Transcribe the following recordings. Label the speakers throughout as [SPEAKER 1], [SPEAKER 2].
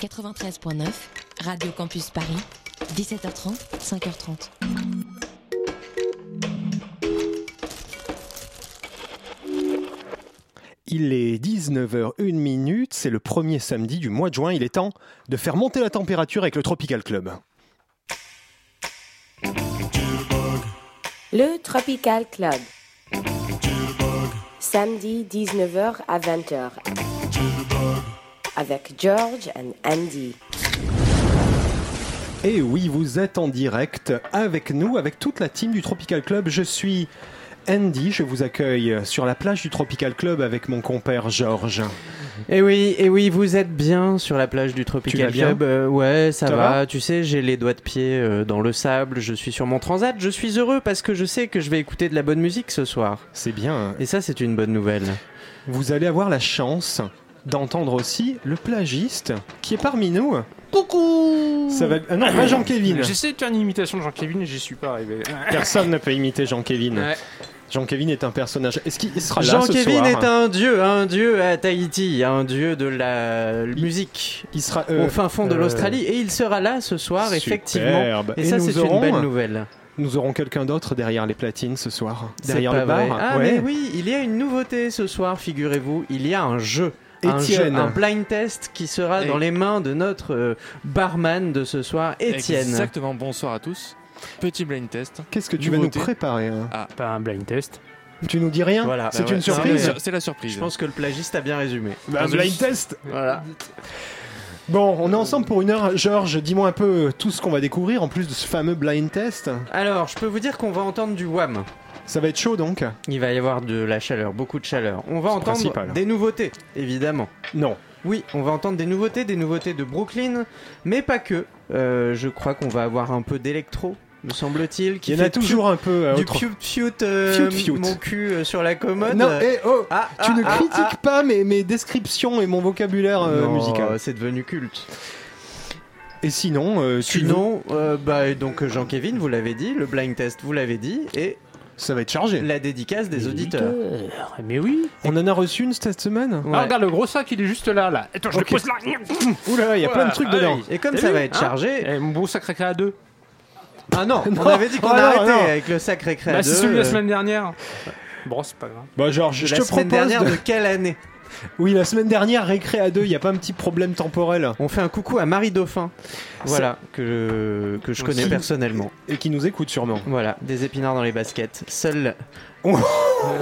[SPEAKER 1] 93.9, Radio Campus Paris, 17h30, 5h30.
[SPEAKER 2] Il est 19h01 minute, c'est le premier samedi du mois de juin, il est temps de faire monter la température avec le Tropical Club.
[SPEAKER 3] Le Tropical Club. Samedi 19h à 20h. Avec George and Andy.
[SPEAKER 2] Et oui, vous êtes en direct avec nous, avec toute la team du Tropical Club. Je suis Andy, je vous accueille sur la plage du Tropical Club avec mon compère Georges.
[SPEAKER 4] Et Eh oui, et oui, vous êtes bien sur la plage du Tropical
[SPEAKER 2] Tu vas bien
[SPEAKER 4] Club. Euh, ouais, ça,
[SPEAKER 2] Ça
[SPEAKER 4] va.
[SPEAKER 2] va
[SPEAKER 4] Tu sais, j'ai les doigts de pied euh, dans le sable. Je suis sur mon transat. Je suis heureux parce que je sais que je vais écouter de la bonne musique ce soir.
[SPEAKER 2] C'est bien.
[SPEAKER 4] Et ça, c'est une bonne nouvelle.
[SPEAKER 2] Vous allez avoir la chance d'entendre aussi le plagiste qui est parmi nous. Coucou Ça va... Ah non, pas Jean-Kévin.
[SPEAKER 5] J'essaie de faire une imitation de Jean-Kevin et j'y suis pas arrivé.
[SPEAKER 2] Personne ne peut imiter Jean-Kévin.
[SPEAKER 5] Ouais.
[SPEAKER 2] Jean-Kévin est un personnage. Est-ce qu'il sera là ce
[SPEAKER 4] Jean-Kévin
[SPEAKER 2] soir
[SPEAKER 4] est un dieu, un dieu à Tahiti, un dieu de la musique
[SPEAKER 2] Il sera...
[SPEAKER 4] au fin fond de
[SPEAKER 2] euh,
[SPEAKER 4] l'Australie. Et il sera là ce soir, effectivement.
[SPEAKER 2] Superbe.
[SPEAKER 4] Et, ça,
[SPEAKER 2] nous
[SPEAKER 4] c'est une
[SPEAKER 2] aurons- euh,
[SPEAKER 4] belle nouvelle.
[SPEAKER 2] Nous aurons quelqu'un d'autre derrière les platines ce soir.
[SPEAKER 4] C'est
[SPEAKER 2] Derrière
[SPEAKER 4] pas
[SPEAKER 2] le bar.
[SPEAKER 4] vrai. Ah
[SPEAKER 2] Ouais.
[SPEAKER 4] mais oui, il y a une nouveauté ce soir, figurez-vous. Il y a un jeu. Un, jeu,
[SPEAKER 2] Étienne.
[SPEAKER 4] un blind test qui sera
[SPEAKER 5] Et-
[SPEAKER 4] dans les mains de notre euh, barman de ce soir, Étienne.
[SPEAKER 5] Exactement, bonsoir à tous. Petit blind test.
[SPEAKER 2] Qu'est-ce que tu
[SPEAKER 5] Nouveauté.
[SPEAKER 2] vas nous préparer hein
[SPEAKER 6] Pas un blind test.
[SPEAKER 2] Tu nous dis rien
[SPEAKER 4] Voilà.
[SPEAKER 2] C'est
[SPEAKER 4] Bah
[SPEAKER 2] une
[SPEAKER 4] ouais.
[SPEAKER 2] surprise
[SPEAKER 4] Non,
[SPEAKER 5] C'est la surprise.
[SPEAKER 4] Je pense que le plagiste a bien résumé.
[SPEAKER 2] Bah,
[SPEAKER 5] Dans
[SPEAKER 2] blind
[SPEAKER 5] une-
[SPEAKER 2] test
[SPEAKER 5] Voilà.
[SPEAKER 2] Bon, on est ensemble pour une heure. Georges, dis-moi un peu euh, tout ce qu'on va découvrir en plus de ce fameux blind test.
[SPEAKER 4] Alors, je peux vous dire qu'on va entendre du wham.
[SPEAKER 2] Ça va être chaud donc
[SPEAKER 4] Il va y avoir de la chaleur, beaucoup de chaleur. On va
[SPEAKER 2] C'est
[SPEAKER 4] entendre
[SPEAKER 2] principal.
[SPEAKER 4] des nouveautés, évidemment.
[SPEAKER 2] Non.
[SPEAKER 4] Oui, on va entendre des nouveautés, des nouveautés de Brooklyn, mais pas que. Euh, je crois qu'on va avoir un peu d'électro, me semble-t-il. qui
[SPEAKER 2] Il y en a
[SPEAKER 4] fait
[SPEAKER 2] toujours un peu. euh,
[SPEAKER 4] du
[SPEAKER 2] autre-
[SPEAKER 4] piou piou
[SPEAKER 2] Piout-piout.
[SPEAKER 4] mon cul euh, sur la commode.
[SPEAKER 2] non,
[SPEAKER 4] Euh,
[SPEAKER 2] eh, oh
[SPEAKER 4] ah,
[SPEAKER 2] Tu
[SPEAKER 4] ah,
[SPEAKER 2] ne
[SPEAKER 4] ah,
[SPEAKER 2] critiques
[SPEAKER 4] ah.
[SPEAKER 2] pas mes, mes descriptions et mon vocabulaire euh,
[SPEAKER 4] Non,
[SPEAKER 2] musical.
[SPEAKER 4] C'est devenu culte.
[SPEAKER 2] Et sinon, euh, tu-
[SPEAKER 4] Sinon, euh, bah, donc jean kévin vous l'avez dit, le blind test, vous l'avez dit, et
[SPEAKER 2] ça va être chargé.
[SPEAKER 4] la dédicace des auditeurs.
[SPEAKER 6] Eh, Mais oui.
[SPEAKER 2] On en a reçu une cette semaine
[SPEAKER 4] Ouais.
[SPEAKER 6] Ah, regarde le gros sac, il est juste là, là. Attends, je
[SPEAKER 2] Ok.
[SPEAKER 6] le pose là.
[SPEAKER 2] Oula, ah il y a plein de
[SPEAKER 6] Voilà,
[SPEAKER 2] trucs dedans.
[SPEAKER 6] allez.
[SPEAKER 4] Et comme
[SPEAKER 6] T'as
[SPEAKER 4] ça
[SPEAKER 6] vu,
[SPEAKER 4] va être
[SPEAKER 6] hein
[SPEAKER 4] chargé.
[SPEAKER 6] Eh, mon gros sac récré à deux.
[SPEAKER 4] Ah non,
[SPEAKER 2] Non,
[SPEAKER 4] on avait dit qu'on
[SPEAKER 2] oh non,
[SPEAKER 4] arrêtait
[SPEAKER 2] non.
[SPEAKER 4] avec le sacré euh, créateur.
[SPEAKER 6] Bah, c'est celui de la semaine dernière. Bon, c'est pas grave.
[SPEAKER 2] Bah, Georges, je te propose.
[SPEAKER 4] dernière
[SPEAKER 2] de-
[SPEAKER 4] de quelle année
[SPEAKER 2] Oui, la semaine dernière, récré à deux, il n'y a pas un petit problème temporel
[SPEAKER 4] On fait un coucou à Marie Dauphin. Voilà, que, que je connais
[SPEAKER 2] Qui-
[SPEAKER 4] personnellement.
[SPEAKER 2] et qui nous écoute sûrement.
[SPEAKER 4] Voilà, des épinards dans les baskets. Seuls
[SPEAKER 2] Ouh.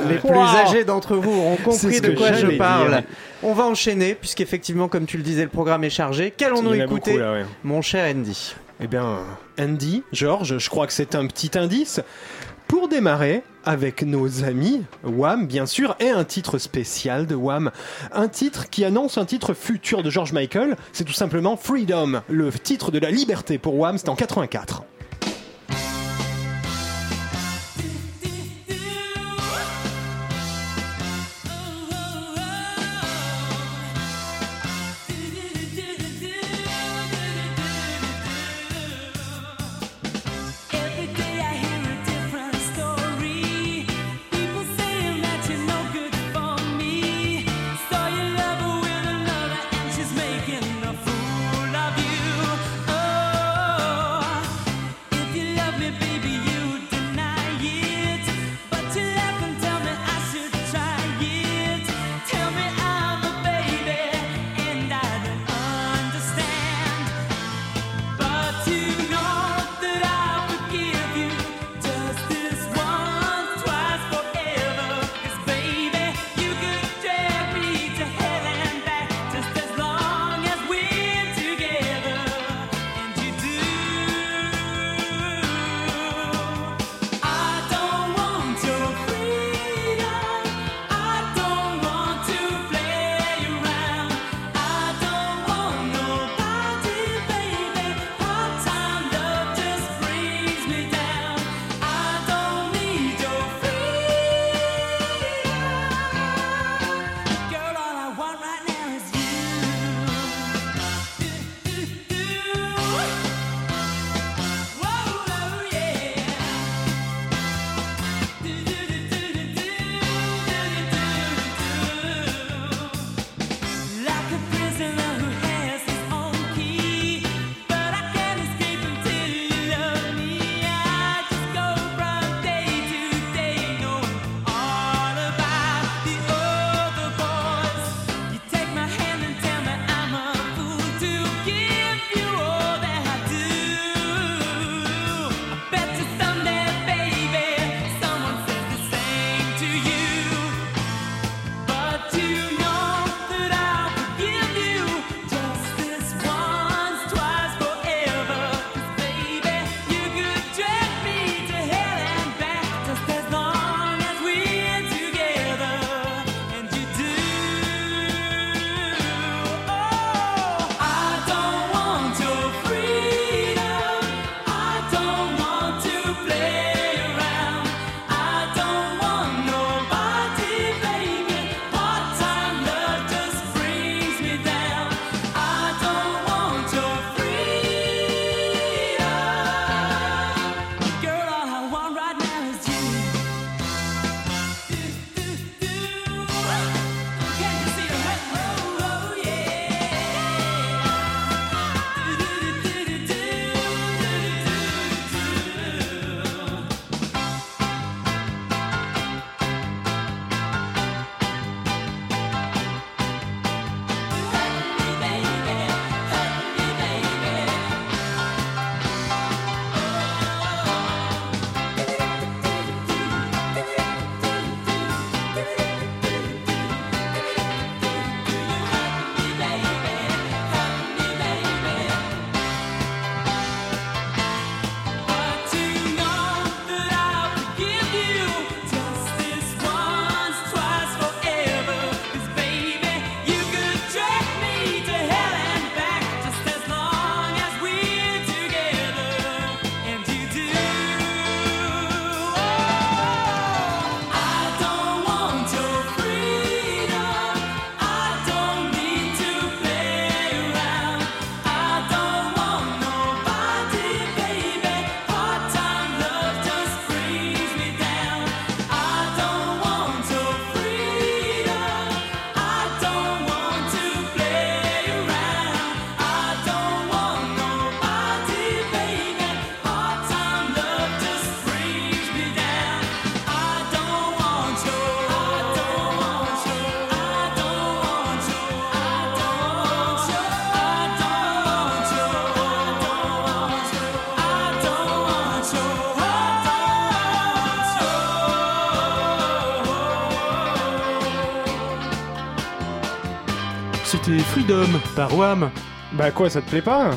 [SPEAKER 4] les plus
[SPEAKER 2] Ouah.
[SPEAKER 4] âgés d'entre vous auront
[SPEAKER 2] Oh. C'est ce
[SPEAKER 4] compris de
[SPEAKER 2] que
[SPEAKER 4] quoi je
[SPEAKER 2] j'allais
[SPEAKER 4] parle.
[SPEAKER 2] dire.
[SPEAKER 4] On va enchaîner, puisqu'effectivement, comme tu le disais, le programme est chargé. Qu'allons-nous
[SPEAKER 2] Il y en a
[SPEAKER 4] écouter,
[SPEAKER 2] beaucoup, là, ouais.
[SPEAKER 4] mon cher Andy
[SPEAKER 2] Eh bien, Andy, Georges, je crois que c'est un petit indice. Pour démarrer, avec nos amis, Wham, bien sûr, et un titre spécial de Wham. Un titre qui annonce un titre futur de George Michael, c'est tout simplement Freedom, le titre de la liberté pour Wham, c'était en 84.
[SPEAKER 7] Every day I hear a different story. People saying that you're no good for me. Saw your lover with another, and she's making a fool of you. Oh,
[SPEAKER 8] Oh,
[SPEAKER 9] C'était Freedom par Wham.
[SPEAKER 2] Bah quoi, ça te plaît pas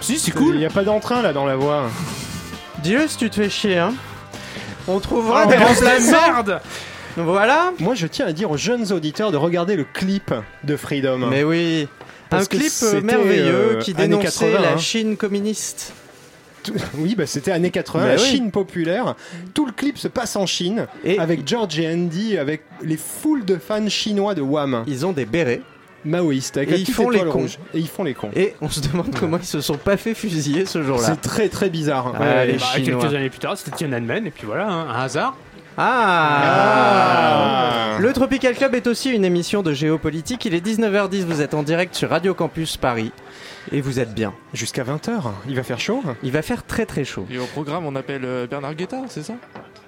[SPEAKER 9] Si, c'est
[SPEAKER 2] Il y a pas d'entrain là dans la voix.
[SPEAKER 4] Dieu, si tu te fais chier, hein. On trouvera
[SPEAKER 2] Ah, mais
[SPEAKER 4] en
[SPEAKER 2] on
[SPEAKER 6] Oh, la
[SPEAKER 4] place.
[SPEAKER 6] merde
[SPEAKER 4] Voilà.
[SPEAKER 2] Moi, je tiens à dire aux jeunes auditeurs de regarder le clip de Freedom.
[SPEAKER 4] Mais oui.
[SPEAKER 2] Parce
[SPEAKER 4] un
[SPEAKER 2] que
[SPEAKER 4] clip
[SPEAKER 2] c'était,
[SPEAKER 4] merveilleux
[SPEAKER 2] euh,
[SPEAKER 4] qui
[SPEAKER 2] années
[SPEAKER 4] dénonçait
[SPEAKER 2] 80,
[SPEAKER 4] la
[SPEAKER 2] hein.
[SPEAKER 4] Chine communiste.
[SPEAKER 2] Oui, bah, c'était années 80,
[SPEAKER 4] Bah
[SPEAKER 2] la
[SPEAKER 4] oui.
[SPEAKER 2] Chine populaire. Tout le clip se passe en Chine,
[SPEAKER 4] Et
[SPEAKER 2] avec George et Andy, avec les foules de fans chinois de Wham,
[SPEAKER 4] ils ont des bérets.
[SPEAKER 2] maoïstes, avec
[SPEAKER 4] Et
[SPEAKER 2] la
[SPEAKER 4] ils
[SPEAKER 2] petite
[SPEAKER 4] font les
[SPEAKER 2] étoile
[SPEAKER 4] cons.
[SPEAKER 2] rouge. Et ils font les cons.
[SPEAKER 4] Et on se demande comment ils se sont pas fait fusiller ce jour-là.
[SPEAKER 2] C'est très très bizarre.
[SPEAKER 4] Ah,
[SPEAKER 2] Ouais.
[SPEAKER 4] les
[SPEAKER 6] Bah,
[SPEAKER 4] Chinois.
[SPEAKER 6] Quelques années plus tard, c'était Tiananmen, et puis voilà, hein, un hasard.
[SPEAKER 4] Ah,
[SPEAKER 2] Ah.
[SPEAKER 4] Le Tropical Club est aussi une émission de géopolitique. Il est 19h10, vous êtes en direct sur Radio Campus Paris. Et vous êtes bien.
[SPEAKER 2] Jusqu'à 20h, il va faire chaud.
[SPEAKER 4] Il va faire très très chaud.
[SPEAKER 5] Et au programme, on appelle euh, Bernard Guetta, c'est ça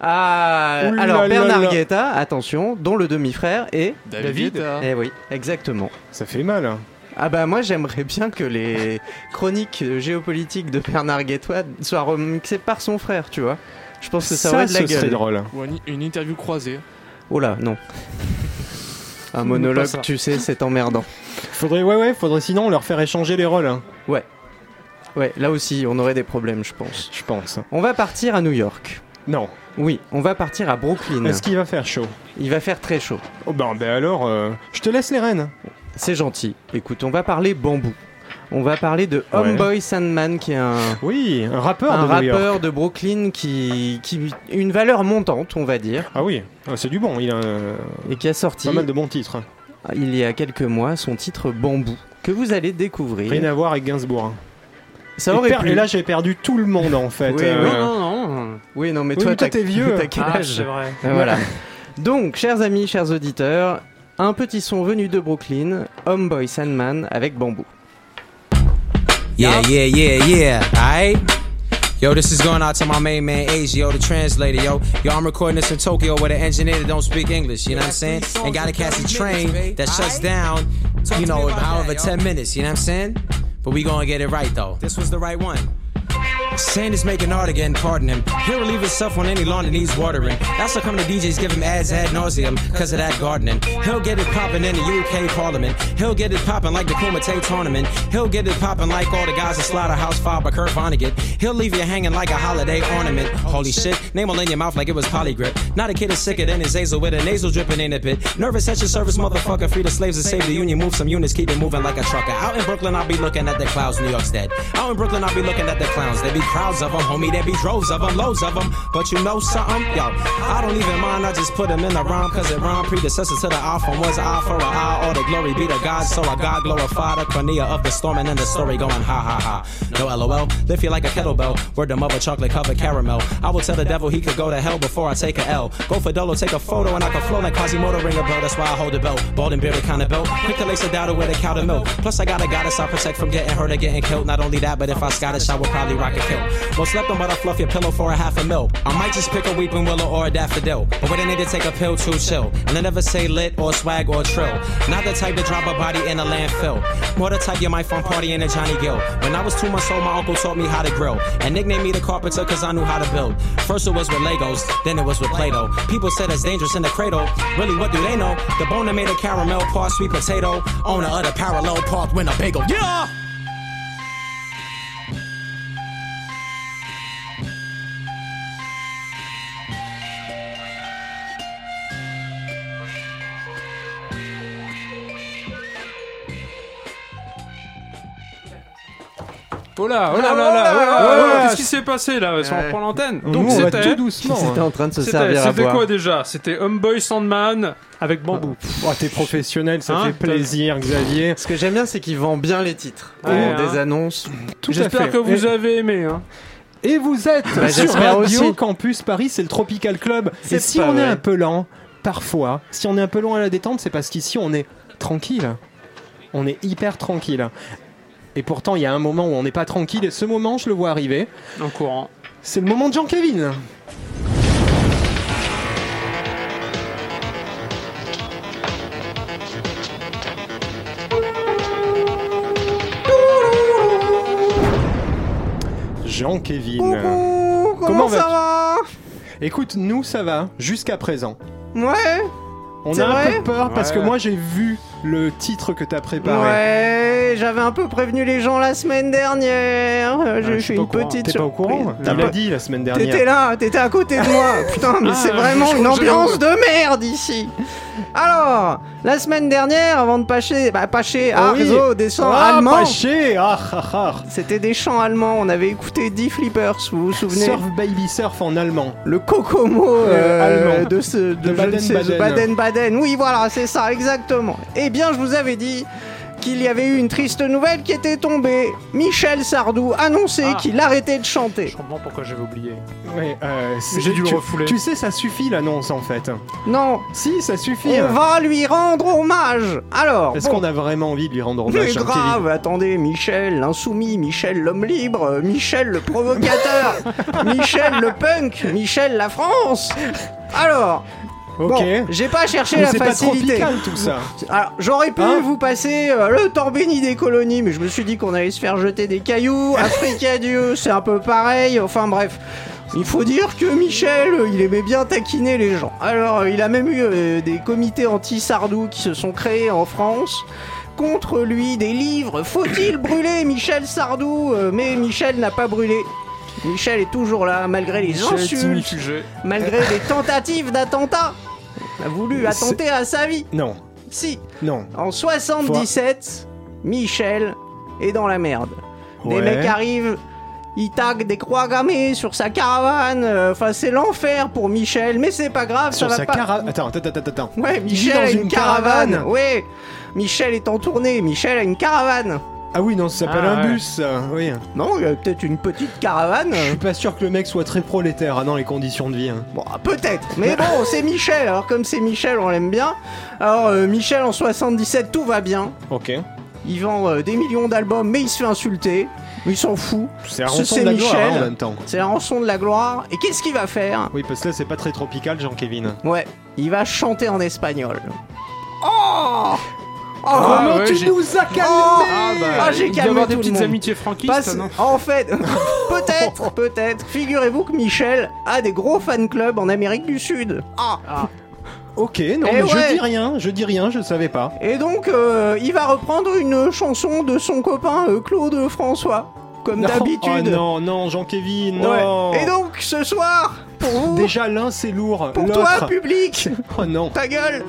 [SPEAKER 4] Ah,
[SPEAKER 2] Ouh là
[SPEAKER 4] alors
[SPEAKER 2] là
[SPEAKER 4] Bernard
[SPEAKER 2] là.
[SPEAKER 4] Guetta, attention, dont le demi-frère est.
[SPEAKER 6] David.
[SPEAKER 5] Guetta.
[SPEAKER 4] Eh oui, exactement.
[SPEAKER 2] Ça fait mal.
[SPEAKER 4] Ah bah moi j'aimerais bien que les chroniques géopolitiques de Bernard Guetta soient remixées par son frère, tu vois. Je pense que ça, aurait de la
[SPEAKER 2] ce serait
[SPEAKER 4] gueule.
[SPEAKER 2] drôle.
[SPEAKER 5] Ou un- une interview croisée.
[SPEAKER 4] Oh là, non. Un
[SPEAKER 6] Pas
[SPEAKER 4] monologue,
[SPEAKER 6] ça.
[SPEAKER 4] tu sais, c'est emmerdant.
[SPEAKER 2] Faudrait, ouais, ouais, faudrait sinon leur faire échanger les rôles, hein,
[SPEAKER 4] Ouais, là aussi, on aurait des problèmes, je pense.
[SPEAKER 2] je pense.
[SPEAKER 4] On va partir à New York.
[SPEAKER 2] Non.
[SPEAKER 4] Oui, on va partir à Brooklyn.
[SPEAKER 2] Est-ce qu'il va faire chaud
[SPEAKER 4] Il va faire très chaud.
[SPEAKER 2] Oh ben, ben alors, euh, je te laisse les rênes.
[SPEAKER 4] C'est gentil. Écoute, on va parler bambou. On va parler de Homeboy Sandman, qui est un,
[SPEAKER 2] Oui, un rappeur
[SPEAKER 4] un
[SPEAKER 2] de New York.
[SPEAKER 4] rappeur de Brooklyn qui, qui une valeur montante, on va dire,
[SPEAKER 2] Ah oui, ah, c'est du bon. Il a euh,
[SPEAKER 4] et qui a sorti ah,
[SPEAKER 2] pas mal de bons titres.
[SPEAKER 4] il y a quelques mois son titre Bambou, que vous allez découvrir.
[SPEAKER 2] Rien à voir avec Gainsbourg. hein.
[SPEAKER 4] Ça
[SPEAKER 2] et,
[SPEAKER 4] aurait
[SPEAKER 2] per-
[SPEAKER 4] pu.
[SPEAKER 2] et là, j'ai perdu tout le monde en fait.
[SPEAKER 4] Oui,
[SPEAKER 6] Non,
[SPEAKER 4] Euh.
[SPEAKER 6] non, Oh, non.
[SPEAKER 4] Oui, non, mais
[SPEAKER 2] Oui,
[SPEAKER 4] toi,
[SPEAKER 2] mais toi,
[SPEAKER 4] t'as-
[SPEAKER 2] t'es vieux.
[SPEAKER 4] T'as quel
[SPEAKER 6] Ah,
[SPEAKER 4] âge
[SPEAKER 6] c'est vrai.
[SPEAKER 4] Euh, Voilà. Donc, chers amis, chers auditeurs, un petit son venu de Brooklyn, Homeboy Sandman avec Bambou.
[SPEAKER 10] Yeah, yeah, yeah, yeah. Aight. Yo, this is going out to my main man, Asia, yo, the translator, yo. Yo, I'm recording this in Tokyo with an engineer that don't speak English, you know what I'm saying? And gotta catch a train that shuts down, you know, however, 10 minutes, you know what I'm saying? But we gonna get it right, though. This was the right one. Sand is making art again, pardon him. He'll relieve himself when any lawn that needs watering. That's how come the DJs give him ads ad nauseum, cause of that gardening. He'll get it poppin' in the UK Parliament. He'll get it poppin' like the Kumite tournament. He'll get it poppin' like all the guys at Slaughterhouse Five by Kurt Vonnegut. He'll leave you hanging like a holiday ornament. Holy shit, name all in your mouth like it was polygrip. Not a kid is sicker than his nasal with a nasal dripping in a bit. Nervous at your service, motherfucker. Free the slaves and save the union. Move some units, keep it moving like a trucker. Out in Brooklyn, I'll be looking at the clouds, New York's dead. Out in Brooklyn, I'll be looking at the clowns. There be crowds of them, homie. There be droves of them, loads of them. But you know something? Yo, I don't even mind. I just put them in a rhyme because it rhyme. Predecessor to the iPhone was eye for an eye. All the glory be to God. So I God glorified the cornea of the storm and then the story going ha ha ha. No LOL. Lift you like a kettlebell. Word the mother chocolate covered caramel. I will tell the devil he could go to hell before I take a L. Go for Dolo, take a photo, and I can flow like Quasimodo ring a bell. That's why I hold the belt. Bald and bearded kind of belt. Quick to lace a doubter with a cow to milk. Plus, I got a goddess I protect from getting hurt or getting killed. Not only that, but if I Scottish, I would probably rock a kilt. Most slept on, but I fluff your pillow for a half a mil. I might just pick a weeping willow or a daffodil. But wait, I need to take a pill to chill. And I never say lit or swag or trill. Not the type to drop a body in a landfill. More the type you might find party in a Johnny Gill. When I was two months old, my uncle taught me how to grill. And nicknamed me the carpenter cause I knew how to build. First it was with Legos, then it was with Play-Doh. People said it's dangerous in the cradle. Really, what do they know? The bone that made a caramel, part sweet potato. Owner of the parallel park, win a bagel. Yeah!
[SPEAKER 6] Oh
[SPEAKER 2] Ah,
[SPEAKER 6] là,
[SPEAKER 4] Ah,
[SPEAKER 6] oh là, oh là, là, oh là, oh là, qu'est-ce qui s'est passé là Si on reprend l'antenne. Donc
[SPEAKER 2] Nous, on va
[SPEAKER 6] c'était.
[SPEAKER 2] tout doucement.
[SPEAKER 4] C'était
[SPEAKER 2] hein.
[SPEAKER 4] en train de se
[SPEAKER 6] C'était
[SPEAKER 4] servir à
[SPEAKER 6] c'était
[SPEAKER 4] boire.
[SPEAKER 6] quoi déjà C'était Homeboy Sandman avec bambou.
[SPEAKER 2] Oh, t'es professionnel, ça
[SPEAKER 6] Hein,
[SPEAKER 2] fait plaisir, Xavier.
[SPEAKER 4] Ce que j'aime bien, c'est qu'il vend bien les titres.
[SPEAKER 6] Ouais,
[SPEAKER 4] Ils ont
[SPEAKER 6] hein.
[SPEAKER 4] des annonces.
[SPEAKER 2] Tout à
[SPEAKER 6] J'espère
[SPEAKER 2] fait.
[SPEAKER 6] que vous
[SPEAKER 2] et,
[SPEAKER 6] avez aimé. Hein.
[SPEAKER 2] et vous êtes
[SPEAKER 4] Bah,
[SPEAKER 2] sur
[SPEAKER 4] j'espère
[SPEAKER 2] Radio
[SPEAKER 4] aussi.
[SPEAKER 2] Campus Paris, c'est le Tropical Club.
[SPEAKER 4] C'est
[SPEAKER 2] Et si
[SPEAKER 4] pas
[SPEAKER 2] on est
[SPEAKER 4] vrai.
[SPEAKER 2] un peu lent, parfois, si on est un peu loin à la détente, c'est parce qu'ici on est tranquille. On est hyper tranquille. Et pourtant, il y a un moment où on n'est pas tranquille, et ce moment, je le vois arriver.
[SPEAKER 6] En courant.
[SPEAKER 2] C'est le moment de Jean-Kevin. Jean-Kevin.
[SPEAKER 4] Coucou,
[SPEAKER 2] Comment
[SPEAKER 4] comment ça
[SPEAKER 2] Écoute, nous ça va jusqu'à présent.
[SPEAKER 4] va Ouais
[SPEAKER 2] On
[SPEAKER 4] C'est
[SPEAKER 2] a un
[SPEAKER 4] vrai
[SPEAKER 2] peu peur parce que
[SPEAKER 6] Ouais.
[SPEAKER 2] moi j'ai vu le titre que t'as préparé.
[SPEAKER 11] bah Ouais, j'avais un peu prévenu les gens la semaine dernière. Euh,
[SPEAKER 6] je
[SPEAKER 11] J'ai fait
[SPEAKER 6] suis pas au
[SPEAKER 11] une
[SPEAKER 6] courant.
[SPEAKER 11] petite
[SPEAKER 2] T'es pas au courant
[SPEAKER 11] surprise.
[SPEAKER 2] T'as
[SPEAKER 11] Il a-
[SPEAKER 2] pas dit la semaine dernière.
[SPEAKER 11] T'étais là, t'étais à côté de moi. Putain, mais
[SPEAKER 6] Ah,
[SPEAKER 11] c'est
[SPEAKER 6] je
[SPEAKER 11] vraiment
[SPEAKER 6] crois
[SPEAKER 11] une
[SPEAKER 6] que j'ai
[SPEAKER 11] ambiance de merde ici. Alors, la semaine dernière, avant de passer, bah passer
[SPEAKER 2] Ah
[SPEAKER 11] à
[SPEAKER 2] oui.
[SPEAKER 11] réseau des chants
[SPEAKER 2] Ah,
[SPEAKER 11] allemands.
[SPEAKER 2] pas chier Ah, ah, ah.
[SPEAKER 11] C'était des chants allemands. On avait écouté Die Flippers, vous vous souvenez
[SPEAKER 2] Surf Baby Surf en allemand.
[SPEAKER 11] Le Kokomo euh,
[SPEAKER 2] allemand.
[SPEAKER 11] de ce de
[SPEAKER 2] De
[SPEAKER 11] je ne sais- de
[SPEAKER 2] Baden-Baden.
[SPEAKER 11] Baden-Baden. Oui, voilà, c'est ça, exactement. Eh bien, je vous avais dit qu'il y avait eu une triste nouvelle qui était tombée. Michel Sardou annonçait
[SPEAKER 6] Ah.
[SPEAKER 11] qu'il arrêtait de chanter.
[SPEAKER 6] Je comprends pourquoi j'avais oublié.
[SPEAKER 2] Ouais, euh, c'est-
[SPEAKER 6] J'ai dû le
[SPEAKER 2] tu-
[SPEAKER 6] refouler.
[SPEAKER 2] Tu sais, ça suffit l'annonce en fait.
[SPEAKER 11] Non,
[SPEAKER 2] Si, ça suffit.
[SPEAKER 11] on va lui rendre hommage. Alors,
[SPEAKER 2] Est-ce
[SPEAKER 11] bon,
[SPEAKER 2] qu'on a vraiment envie de lui rendre hommage
[SPEAKER 11] plus
[SPEAKER 2] hein,
[SPEAKER 11] grave, attendez, Michel l'insoumis, Michel l'homme libre, euh, Michel le provocateur, Michel le punk, Michel la France. Alors,
[SPEAKER 2] Kevin Ok.
[SPEAKER 11] bon, j'ai pas cherché
[SPEAKER 2] Mais
[SPEAKER 11] la
[SPEAKER 2] c'est pas
[SPEAKER 11] facilité.
[SPEAKER 2] tropical tout ça.
[SPEAKER 11] Alors, j'aurais pu
[SPEAKER 2] Hein
[SPEAKER 11] vous passer euh, le temps béni des colonies, mais je me suis dit qu'on allait se faire jeter des cailloux. Africa Dieu, c'est un peu pareil. Enfin bref, il faut dire que Michel, euh, il aimait bien taquiner les gens. Alors, euh, il a même eu euh, des comités anti-Sardou qui se sont créés en France. Contre lui, des livres. Faut-il brûler Michel Sardou Euh, Mais Michel n'a pas brûlé. Michel est toujours là, malgré les insultes,
[SPEAKER 6] sujet.
[SPEAKER 11] malgré les tentatives d'attentat. Il a voulu
[SPEAKER 2] C'est-
[SPEAKER 11] attenter à sa vie.
[SPEAKER 2] Non,
[SPEAKER 11] Si,
[SPEAKER 2] non.
[SPEAKER 11] en 77, Michel est dans la merde. Des
[SPEAKER 2] Ouais.
[SPEAKER 11] mecs arrivent, ils taguent des croix gammées sur sa caravane. euh, Enfin, c'est l'enfer pour Michel, mais c'est pas grave,
[SPEAKER 2] Sur
[SPEAKER 11] ça
[SPEAKER 2] sa
[SPEAKER 11] va pas.
[SPEAKER 2] caravane. Attends, attends, attends, attends.
[SPEAKER 11] Ouais,
[SPEAKER 2] Il vit
[SPEAKER 11] Michel
[SPEAKER 2] dans
[SPEAKER 11] a une,
[SPEAKER 2] une
[SPEAKER 11] caravane.
[SPEAKER 2] caravane.
[SPEAKER 11] Ouais, Michel est en tournée. Michel a une caravane.
[SPEAKER 2] Ah oui, non, ça s'appelle
[SPEAKER 6] Ah,
[SPEAKER 2] un
[SPEAKER 6] ouais.
[SPEAKER 2] bus. ça, Oui.
[SPEAKER 11] Non, il a peut-être une petite caravane.
[SPEAKER 2] Je suis pas sûr que le mec soit très prolétaire ah, dans les conditions de vie. hein.
[SPEAKER 11] Bon, ah, peut-être. Mais bon, c'est Michel. Alors, comme c'est Michel, on l'aime bien. Alors, euh, Michel en 77, tout va bien.
[SPEAKER 2] Ok.
[SPEAKER 11] Il vend euh, des millions d'albums, mais il se fait insulter. Il s'en fout.
[SPEAKER 2] C'est un
[SPEAKER 11] Ce,
[SPEAKER 2] rançon
[SPEAKER 11] c'est
[SPEAKER 2] de la gloire,
[SPEAKER 11] Michel.
[SPEAKER 2] hein, en même temps.
[SPEAKER 11] C'est la rançon de la gloire. Et qu'est-ce qu'il va faire
[SPEAKER 2] Oui, parce que là, c'est pas très tropical, Jean-Kévin.
[SPEAKER 11] Ouais, il va chanter en espagnol. Oh Oh
[SPEAKER 6] Ah, ouais, j'ai-
[SPEAKER 2] nous as calmé
[SPEAKER 11] Oh
[SPEAKER 6] Ah, bah,
[SPEAKER 11] Ah, j'ai
[SPEAKER 6] il doit
[SPEAKER 11] calmé
[SPEAKER 6] y avoir des
[SPEAKER 11] tout le
[SPEAKER 6] petites
[SPEAKER 11] monde.
[SPEAKER 6] amitiés franquistes,
[SPEAKER 11] Passe-
[SPEAKER 6] non
[SPEAKER 11] En fait, peut-être, peut-être. Figurez-vous que Michel a des gros fan clubs en Amérique du Sud. Ah
[SPEAKER 2] Ok, non,
[SPEAKER 11] Eh
[SPEAKER 2] mais
[SPEAKER 11] ouais.
[SPEAKER 2] je dis rien, je dis rien, je savais pas.
[SPEAKER 11] Et donc, euh, il va reprendre une chanson de son copain euh, Claude François, comme
[SPEAKER 2] Non.
[SPEAKER 11] d'habitude.
[SPEAKER 2] Oh non, non, Jean-Kévin,
[SPEAKER 11] Ouais.
[SPEAKER 2] non.
[SPEAKER 11] Et donc, ce soir, pour vous,
[SPEAKER 2] Déjà, l'un, c'est lourd.
[SPEAKER 11] pour
[SPEAKER 2] l'autre-
[SPEAKER 11] toi, public,
[SPEAKER 2] Oh non.
[SPEAKER 11] ta gueule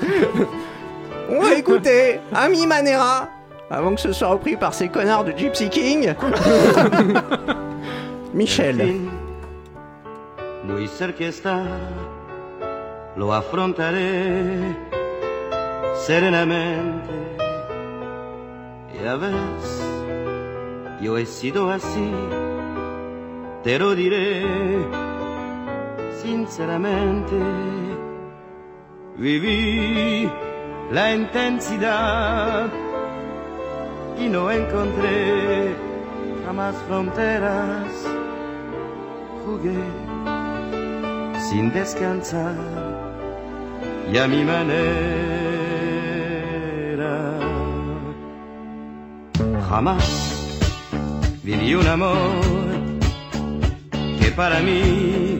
[SPEAKER 11] On va écouter Ami Manera avant que ce soit repris par ces connards de Gypsy King. Michel.
[SPEAKER 12] muy cerca está, lo afrontaré serenamente. Ya ves, yo he sido así, te lo diré sinceramente. Viví la intensidad y no encontré jamás fronteras. Jugué sin descansar y a mi manera. Jamás viví un amor que para mí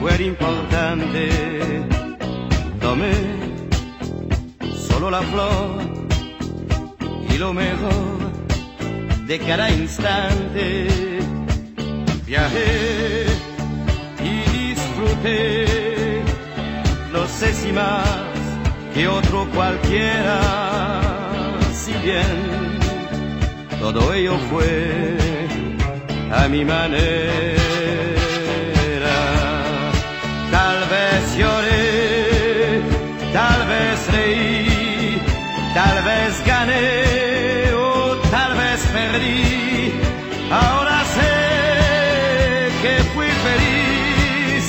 [SPEAKER 12] fuera importante. Tomé solo la flor y lo mejor de cada instante. Viajé y disfruté. No sé si más que otro cualquiera, si bien todo ello fue a mi manera. Tal vez lloré, tal vez reí, tal vez gané o tal vez perdí. Ahora sé que fui feliz,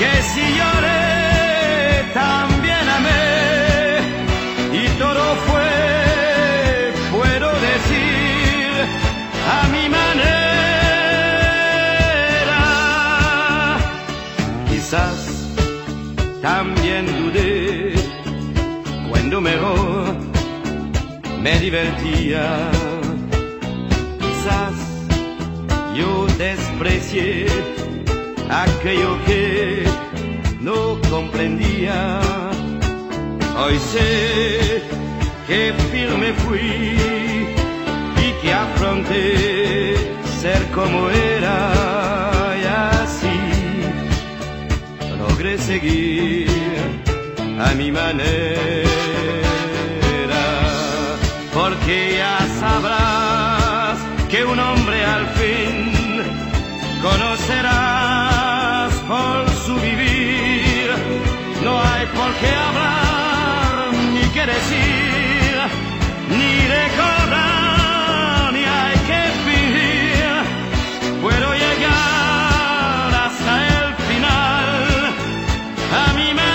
[SPEAKER 12] que si lloré también amé y todo fue, puedo decir, a mi manera. Quizás también dudé cuando mejor me divertía. Quizás yo desprecié aquello que no comprendía. Hoy sé que
[SPEAKER 7] firme fui y que afronté ser como era y así logré seguir a mi manera porque ya sabrás que un hombre al fin conocerás por su vivir. No hay por qué hablar, ni qué decir, ni recordar, ni hay que fingir. Puedo llegar hasta el final a mi manera.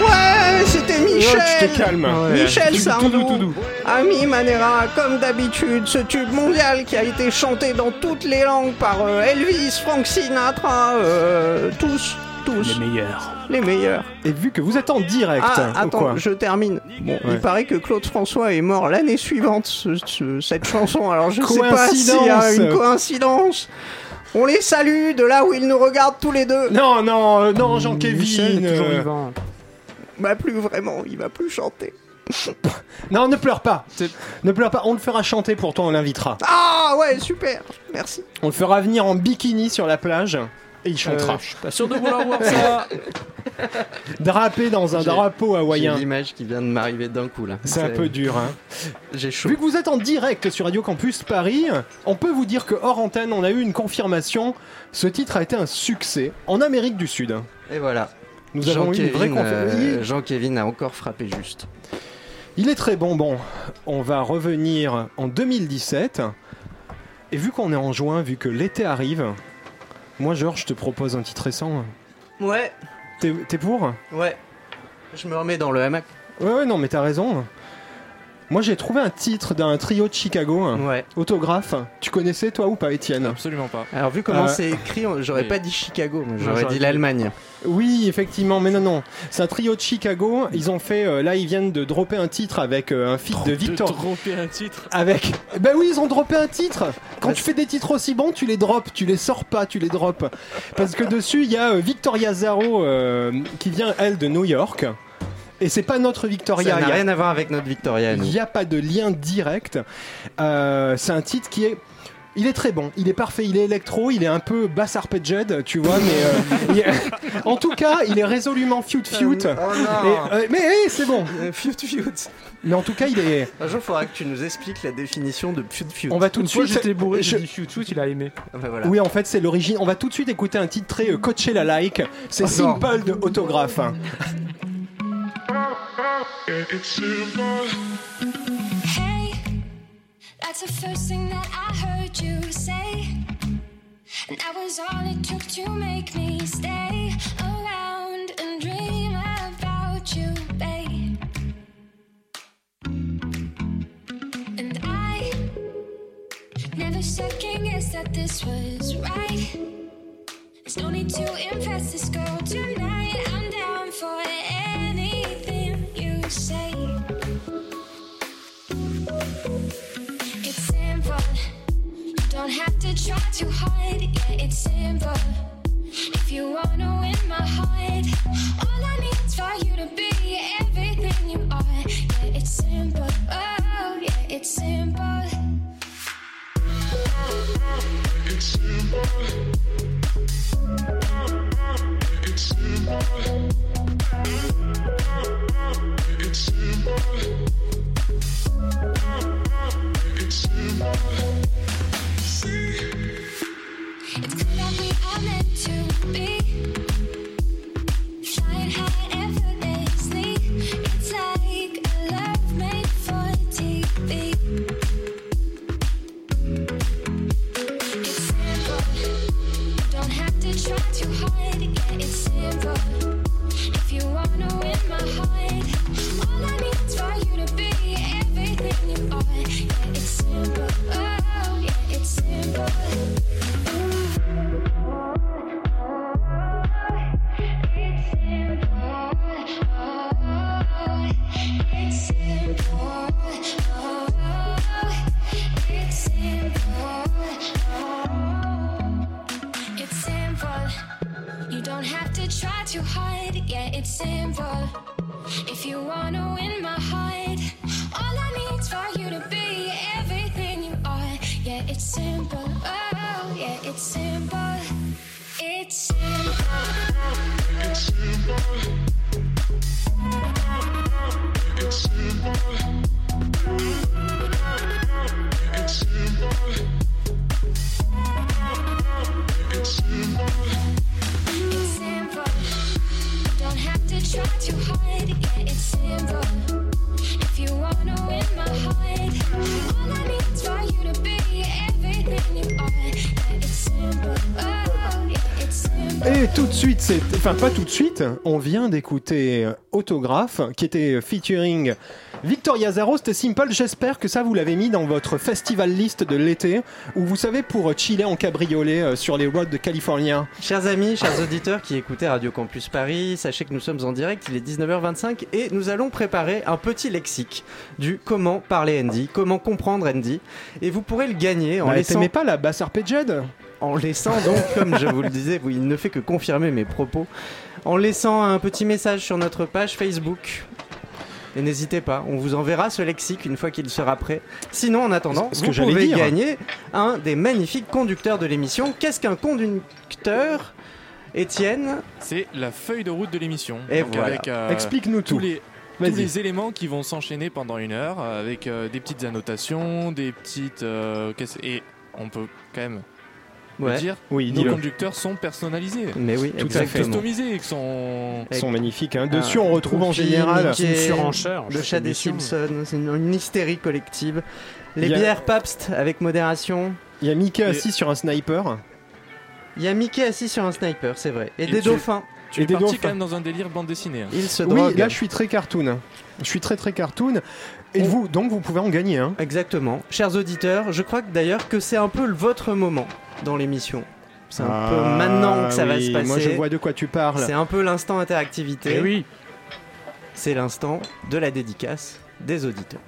[SPEAKER 11] Ouais, c'était Michel.
[SPEAKER 2] Oh, tu te calmes. Ouais.
[SPEAKER 11] Michel
[SPEAKER 2] Tout- tout doux, tout
[SPEAKER 11] Sardou.
[SPEAKER 2] doux.
[SPEAKER 11] Ami Manera, comme d'habitude, ce tube mondial qui a été chanté dans toutes les langues par euh, Elvis, Frank Sinatra, euh, tous, tous. Les meilleurs. Les meilleurs.
[SPEAKER 2] Et vu que vous êtes en direct,
[SPEAKER 11] Ah,
[SPEAKER 2] ou
[SPEAKER 11] attends,
[SPEAKER 2] quoi
[SPEAKER 11] je termine. Bon,
[SPEAKER 2] Ouais.
[SPEAKER 11] il paraît que Claude François est mort l'année suivante, ce- ce- cette chanson. Alors je sais pas si
[SPEAKER 2] Coïncidence.
[SPEAKER 11] une coïncidence. On les salue de là où ils nous regardent tous les deux.
[SPEAKER 2] Non, non, euh, non, Jean-Kévin. euh,
[SPEAKER 11] Bah plus vraiment, il va plus chanter.
[SPEAKER 2] Non, ne pleure pas. Ne pleure pas. On le fera chanter pour toi, on l'invitera.
[SPEAKER 11] Ah ouais, super. Merci.
[SPEAKER 2] On le fera venir en bikini sur la plage et il chantera.
[SPEAKER 11] Euh,
[SPEAKER 2] je
[SPEAKER 11] je
[SPEAKER 2] suis
[SPEAKER 6] Bah,
[SPEAKER 11] pas
[SPEAKER 5] sûr de vouloir voir ça.
[SPEAKER 2] Drapé dans un
[SPEAKER 4] J'ai-
[SPEAKER 2] drapeau hawaïen.
[SPEAKER 4] J'ai l'image qui vient de m'arriver d'un coup là.
[SPEAKER 2] C'est un peu dur, hein.
[SPEAKER 4] J'ai chaud.
[SPEAKER 2] Vu que vous êtes en direct sur Radio Campus Paris, on peut vous dire que hors antenne, on a eu une confirmation. Ce titre a été un succès en Amérique du Sud.
[SPEAKER 4] Et voilà.
[SPEAKER 2] Nous avons eu une vraie conférence.
[SPEAKER 4] Jean-Kévin a encore frappé juste.
[SPEAKER 2] Il est très bon. Bon, on va revenir en 2017. Et vu qu'on est en juin, vu que l'été arrive, moi, Georges, je te propose un titre récent.
[SPEAKER 11] Ouais,
[SPEAKER 2] T'es t'es pour
[SPEAKER 11] ouais. Je me remets dans le hamac.
[SPEAKER 2] Ouais, ouais, non, mais t'as raison. Moi, j'ai trouvé un titre d'un trio de Chicago.
[SPEAKER 11] Ouais.
[SPEAKER 2] Autographe. Tu connaissais, toi, ou pas, Étienne
[SPEAKER 5] Absolument pas.
[SPEAKER 11] Alors vu comment
[SPEAKER 2] Euh,
[SPEAKER 11] c'est écrit, on- j'aurais
[SPEAKER 5] oui.
[SPEAKER 11] pas dit Chicago, mais
[SPEAKER 4] j'aurais
[SPEAKER 11] j'aurais
[SPEAKER 4] dit
[SPEAKER 11] dit l'Allemagne.
[SPEAKER 2] Oui, effectivement, mais non, non. C'est un trio de Chicago. Ils ont fait. euh, là, ils viennent de dropper un titre avec euh, un feat de Victor.
[SPEAKER 5] Tromper un titre.
[SPEAKER 2] Avec. Ben oui, ils ont droppé un titre. Quand tu fais des titres aussi bons, tu les drops, tu les sors pas, tu les drops. Parce que dessus, il y a euh, Victoria Zaro euh, qui vient, elle, de New York. Et c'est pas notre Victoria.
[SPEAKER 4] Ça
[SPEAKER 2] il
[SPEAKER 4] n'a
[SPEAKER 2] y a-
[SPEAKER 4] rien à voir avec notre Victoria.
[SPEAKER 2] il
[SPEAKER 4] nous.
[SPEAKER 2] n'y a pas de lien direct. Euh, c'est un titre qui est. Il est très bon, il est parfait, il est électro, il est un peu bass arpeggiad, tu vois, mais euh, il est- en tout cas, il est résolument fiut fiut.
[SPEAKER 4] Ah oh non.
[SPEAKER 2] Et, euh, mais hey, c'est bon.
[SPEAKER 4] Fiut fiut.
[SPEAKER 2] Mais en tout cas, il est.
[SPEAKER 4] Un jour, faudra que tu nous expliques la définition de fiut fiut.
[SPEAKER 2] On va tout de
[SPEAKER 4] Une fois,
[SPEAKER 2] suite.
[SPEAKER 4] j'étais bourré,
[SPEAKER 2] je-
[SPEAKER 4] j'ai dit
[SPEAKER 6] Shoot, il a aimé.
[SPEAKER 4] Ah bah voilà.
[SPEAKER 2] Oui, en fait, c'est l'origine. On va tout de suite écouter un titre très euh, Coachella-like. C'est
[SPEAKER 4] Oh
[SPEAKER 2] Simple de Autographe. hein.
[SPEAKER 8] Hey, that's the first thing that I heard you say. And that was all it took to make me stay around and dream about you, babe. And I never second guessed that this was right. There's no need to impress this girl tonight. I'm down for anything you say. It's simple. You don't have to try too hard. Yeah, it's simple. If you wanna win my heart, all I need is for you to be everything you are. Yeah, it's simple. Oh, yeah, it's simple. It's simple. It's simple. It's simple. It's clear that we are meant to be. Flying high effortlessly. It's like a love made for TV. It's simple. You don't have to try too hard. Yeah, it's simple. If you wanna win my heart, all I need is for you to be everything you are. Yeah, it's simple. Oh, try to hide. Yeah, it's simple. If you wanna win my heart, all I need's for you to be everything you are. Yeah, it's simple. Oh, yeah, it's simple. It's simple. It's simple. It's simple. It's simple. It's simple. It's simple. Don't have to try too hard. Yeah, it's simple. If you wanna win my heart, all I need's for you to be everything you are. Yeah, it's simple. Oh, yeah, it's simple.
[SPEAKER 2] Et tout de suite, c'est... enfin pas tout de suite, on vient d'écouter euh, Autographe qui était euh, featuring Victoria Zaro, c'était Simple, j'espère que ça vous l'avez mis dans votre festival list de l'été où vous savez pour euh, chiller en cabriolet euh, sur les roads de Californie.
[SPEAKER 4] Chers amis, chers auditeurs qui écoutaient Radio Campus Paris, sachez que nous sommes en direct, il est 19h25 et nous allons préparer un petit lexique du comment parler Andy, comment comprendre Andy. Et vous pourrez le gagner en
[SPEAKER 2] Bah,
[SPEAKER 4] laissant...
[SPEAKER 2] t'aimais pas la basse arpeggiade
[SPEAKER 4] En laissant donc, comme je vous le disais, oui, il ne fait que confirmer mes propos, en laissant un petit message sur notre page Facebook. Et n'hésitez pas, on vous enverra ce lexique une fois qu'il sera prêt. Sinon, en attendant,
[SPEAKER 2] C'est ce
[SPEAKER 4] vous
[SPEAKER 2] que j'allais
[SPEAKER 4] pouvez
[SPEAKER 2] dire.
[SPEAKER 4] gagner un des magnifiques conducteurs de l'émission. Qu'est-ce qu'un conducteur Étienne
[SPEAKER 5] C'est la feuille de route de l'émission.
[SPEAKER 4] Et
[SPEAKER 5] Donc
[SPEAKER 4] voilà.
[SPEAKER 5] avec, euh,
[SPEAKER 2] Explique-nous
[SPEAKER 5] tous
[SPEAKER 2] tout.
[SPEAKER 5] les-
[SPEAKER 2] Vas-y.
[SPEAKER 5] tous les éléments qui vont s'enchaîner pendant une heure euh, avec euh, des petites annotations, des petites. euh, qu'est-ce- et on peut quand même. le
[SPEAKER 4] Ouais.
[SPEAKER 5] dire,
[SPEAKER 2] Oui,
[SPEAKER 5] nos
[SPEAKER 2] dis-le.
[SPEAKER 5] conducteurs sont personnalisés.
[SPEAKER 4] Mais oui,
[SPEAKER 5] Ils sont
[SPEAKER 4] exactement.
[SPEAKER 5] customisés, ils sont.
[SPEAKER 2] Ils sont magnifiques. hein.
[SPEAKER 4] Ah,
[SPEAKER 2] Dessus, on retrouve en
[SPEAKER 4] Goofy,
[SPEAKER 2] général
[SPEAKER 4] Mickey, Le chat des Simpsons, c'est une, une hystérie collective. Les
[SPEAKER 2] Il y a-
[SPEAKER 4] bières Pabst avec modération.
[SPEAKER 2] Il y a Mickey
[SPEAKER 4] Et-
[SPEAKER 2] assis sur un sniper.
[SPEAKER 4] Il y a Mickey assis sur un sniper, c'est vrai. Et,
[SPEAKER 5] Et
[SPEAKER 4] des
[SPEAKER 5] tu-
[SPEAKER 4] dauphins.
[SPEAKER 5] Tu es parti quand même dans un délire bande dessinée. hein.
[SPEAKER 4] Il se
[SPEAKER 2] Oui,
[SPEAKER 4] drogue.
[SPEAKER 2] là, je suis très cartoon. Je suis très très cartoon. Et vous, donc, vous pouvez en gagner. Hein.
[SPEAKER 4] Exactement. Chers auditeurs, je crois que d'ailleurs que c'est un peu le- votre moment dans l'émission. C'est un
[SPEAKER 2] Ah,
[SPEAKER 4] peu maintenant que ça va
[SPEAKER 2] oui,
[SPEAKER 4] se passer.
[SPEAKER 2] Moi, je vois de quoi tu parles.
[SPEAKER 4] C'est un peu l'instant interactivité.
[SPEAKER 2] Eh oui.
[SPEAKER 4] C'est l'instant de la dédicace des auditeurs.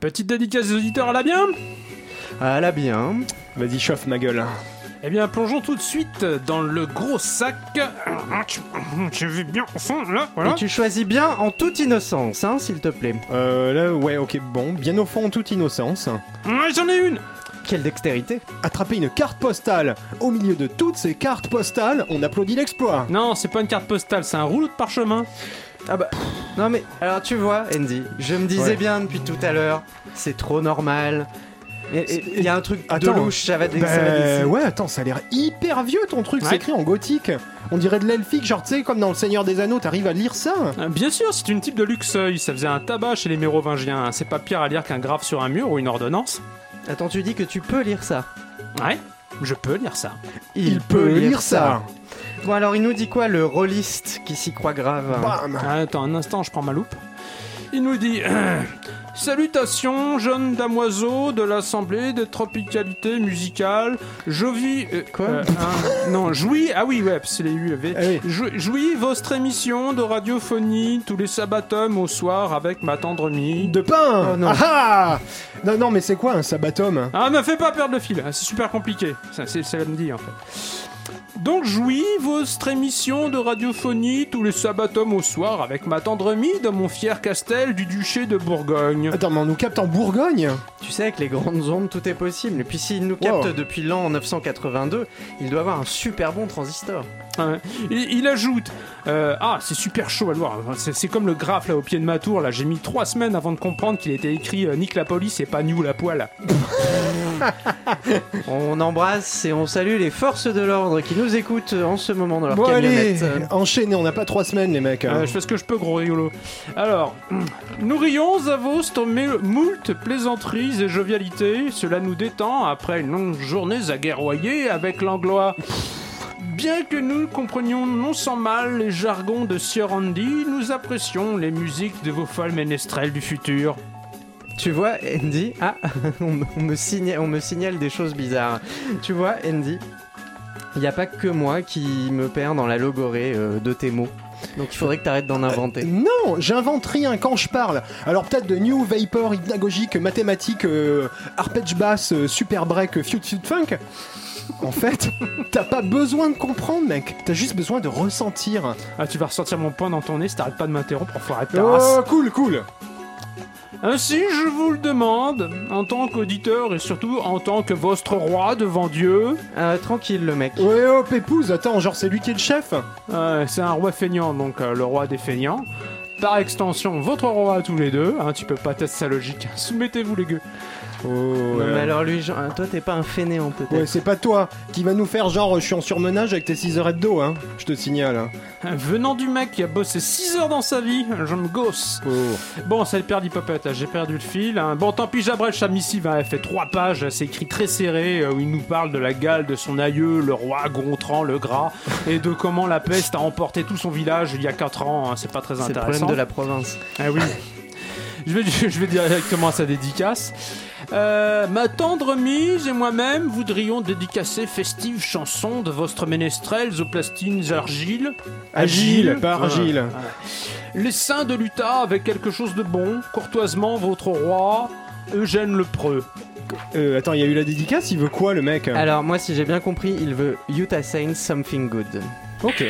[SPEAKER 6] Petite dédicace des auditeurs à la bien
[SPEAKER 4] Ah là bien.
[SPEAKER 2] Vas-y, chauffe ma gueule.
[SPEAKER 6] Eh bien, plongeons tout de suite dans le gros sac. Je vais bien au fond, là, voilà.
[SPEAKER 4] Et tu choisis bien en toute innocence, hein, s'il te plaît.
[SPEAKER 2] Euh, là, ouais, ok, bon. Bien au fond, en toute innocence.
[SPEAKER 6] J'en ai une
[SPEAKER 4] Quelle dextérité
[SPEAKER 2] Attraper une carte postale. Au milieu de toutes ces cartes postales, on applaudit l'exploit.
[SPEAKER 6] Non, c'est pas une carte postale, c'est un rouleau de parchemin.
[SPEAKER 4] Ah bah. Non mais alors tu vois Andy, je me disais
[SPEAKER 2] Ouais.
[SPEAKER 4] bien depuis tout à l'heure, c'est trop normal. Et- et Il y a un truc de louche, ça va, dé-
[SPEAKER 2] Ben,
[SPEAKER 4] ça va dessiner.
[SPEAKER 2] Ouais, attends, ça a l'air hyper vieux ton truc, c'est
[SPEAKER 6] Ouais.
[SPEAKER 2] écrit en gothique. On dirait de l'elfique, genre, tu sais, comme dans Le Seigneur des Anneaux, t'arrives à lire ça
[SPEAKER 6] Euh, Bien sûr, c'est une type de luxeuil, ça faisait un tabac chez les mérovingiens. hein. C'est pas pire à lire qu'un graphe sur un mur ou une ordonnance.
[SPEAKER 4] Attends, tu dis que tu peux lire ça.
[SPEAKER 6] Ouais, je peux lire ça.
[SPEAKER 4] Il peut lire ça. Bon alors il nous dit quoi le rôliste qui s'y croit grave hein
[SPEAKER 2] Bam
[SPEAKER 6] Ah, Attends un instant, je prends ma loupe. Il nous dit Salutations, jeunes damoiseaux de l'Assemblée des tropicalités musicales. Je vis. euh,
[SPEAKER 4] Quoi
[SPEAKER 6] euh, un- Non, jouis. Ah oui, ouais, c'est les UEV.
[SPEAKER 2] Eh oui.
[SPEAKER 6] Jou- Jouis votre émission de radiophonie tous les sabbatums au soir avec ma tendre mie.
[SPEAKER 2] De pain
[SPEAKER 4] Oh non.
[SPEAKER 2] Ah ah Non, non, mais c'est quoi un hein sabbatum
[SPEAKER 6] Ah, ne fais pas perdre le fil, hein, c'est super compliqué. Ça, c'est ça me dit en fait. Donc jouis votre émission de radiophonie tous les sabbatums au soir avec ma tendre mie dans mon fier castel du duché de Bourgogne.
[SPEAKER 2] Attends, mais on nous capte en Bourgogne
[SPEAKER 4] Tu sais avec les grandes ondes tout est possible. Et puis s'il nous capte
[SPEAKER 2] Wow.
[SPEAKER 4] depuis l'an 982, il doit avoir un super bon transistor.
[SPEAKER 6] Ouais. Hein. Il, il ajoute euh, Ah, c'est super chaud à le voir. C'est, c'est comme le graphe là au pied de ma tour. Là, j'ai mis trois semaines avant de comprendre qu'il était écrit euh, Nique la police et pas New la poêle.
[SPEAKER 4] On embrasse et on salue les forces de l'ordre qui nous écoutent en ce moment dans leur
[SPEAKER 2] Bon, allez,
[SPEAKER 4] camionnette.
[SPEAKER 2] enchaînez, on n'a pas trois semaines, les mecs. hein.
[SPEAKER 6] Euh, je fais ce que je peux, gros rigolo. Alors, nous rions à vos mé- moult plaisanteries et jovialités. Cela nous détend après une longue journée à guerroyer avec l'anglois. Bien que nous comprenions non sans mal les jargons de Sir Andy, nous apprécions les musiques de vos folles ménestrels du futur.
[SPEAKER 4] Tu vois, Andy, ah, on, me- on me signale, on me signale des choses bizarres. Tu vois, Andy, il n'y a pas que moi qui me perds dans la logorée euh, de tes mots. Donc il faudrait que t'arrêtes d'en
[SPEAKER 2] Euh,
[SPEAKER 4] inventer.
[SPEAKER 2] Non, j'invente rien quand je parle. Alors peut-être de new vapor, hypnagogique, mathématiques, euh, arpège basse, euh, super break, euh, fute fute funk. En fait, t'as pas besoin de comprendre, mec. T'as juste besoin de ressentir.
[SPEAKER 6] Ah, tu vas ressentir mon point dans ton nez si t'arrêtes pas de m'interrompre, enfoiré de ta race.
[SPEAKER 2] Oh, cool, cool.
[SPEAKER 6] Ainsi, je vous le demande, en tant qu'auditeur et surtout en tant que votre roi devant Dieu.
[SPEAKER 4] Euh, tranquille, le mec.
[SPEAKER 2] Ouais, oh, Pépouze, attends, genre c'est lui qui est le chef
[SPEAKER 6] Euh, C'est un roi feignant, donc euh, le roi des feignants. Par extension, votre roi à tous les deux. Hein, tu peux pas tester sa logique. Soumettez-vous, les gueux.
[SPEAKER 2] Oh,
[SPEAKER 4] Non, mais alors lui, Jean- euh, toi t'es pas un fainéant peut-être.
[SPEAKER 2] Ouais, c'est pas toi qui va nous faire genre je suis en surmenage avec tes 6 heures de dos, hein. Je te signale. hein.
[SPEAKER 6] Venant du mec qui a bossé 6 heures dans sa vie, je me gosse. Bon, c'est le père d'Hippopète, là, j'ai perdu le fil. hein. Bon, tant pis, j'abrège sa missive, hein, elle fait 3 pages, c'est écrit très serré, euh, où il nous parle de la gale de son aïeux, le roi Gontran, le gras, et de comment la peste a emporté tout son village il y a 4 ans, hein, c'est pas très
[SPEAKER 4] C'est le
[SPEAKER 6] intéressant.
[SPEAKER 4] problème de la province.
[SPEAKER 6] Ah oui. Je vais, je vais directement à sa dédicace. Euh, ma tendre mise et moi-même voudrions dédicacer festive chanson de votre ménestrels aux plastines argile.
[SPEAKER 2] Agile, pas argile.
[SPEAKER 6] Les saints de l'Utah avec quelque chose de bon, courtoisement votre roi, Eugène le Preux.
[SPEAKER 2] Euh, attends, il y a eu la dédicace, il veut quoi le mec
[SPEAKER 4] Alors moi, si j'ai bien compris, il veut Utah Saints Something Good.
[SPEAKER 6] Ok.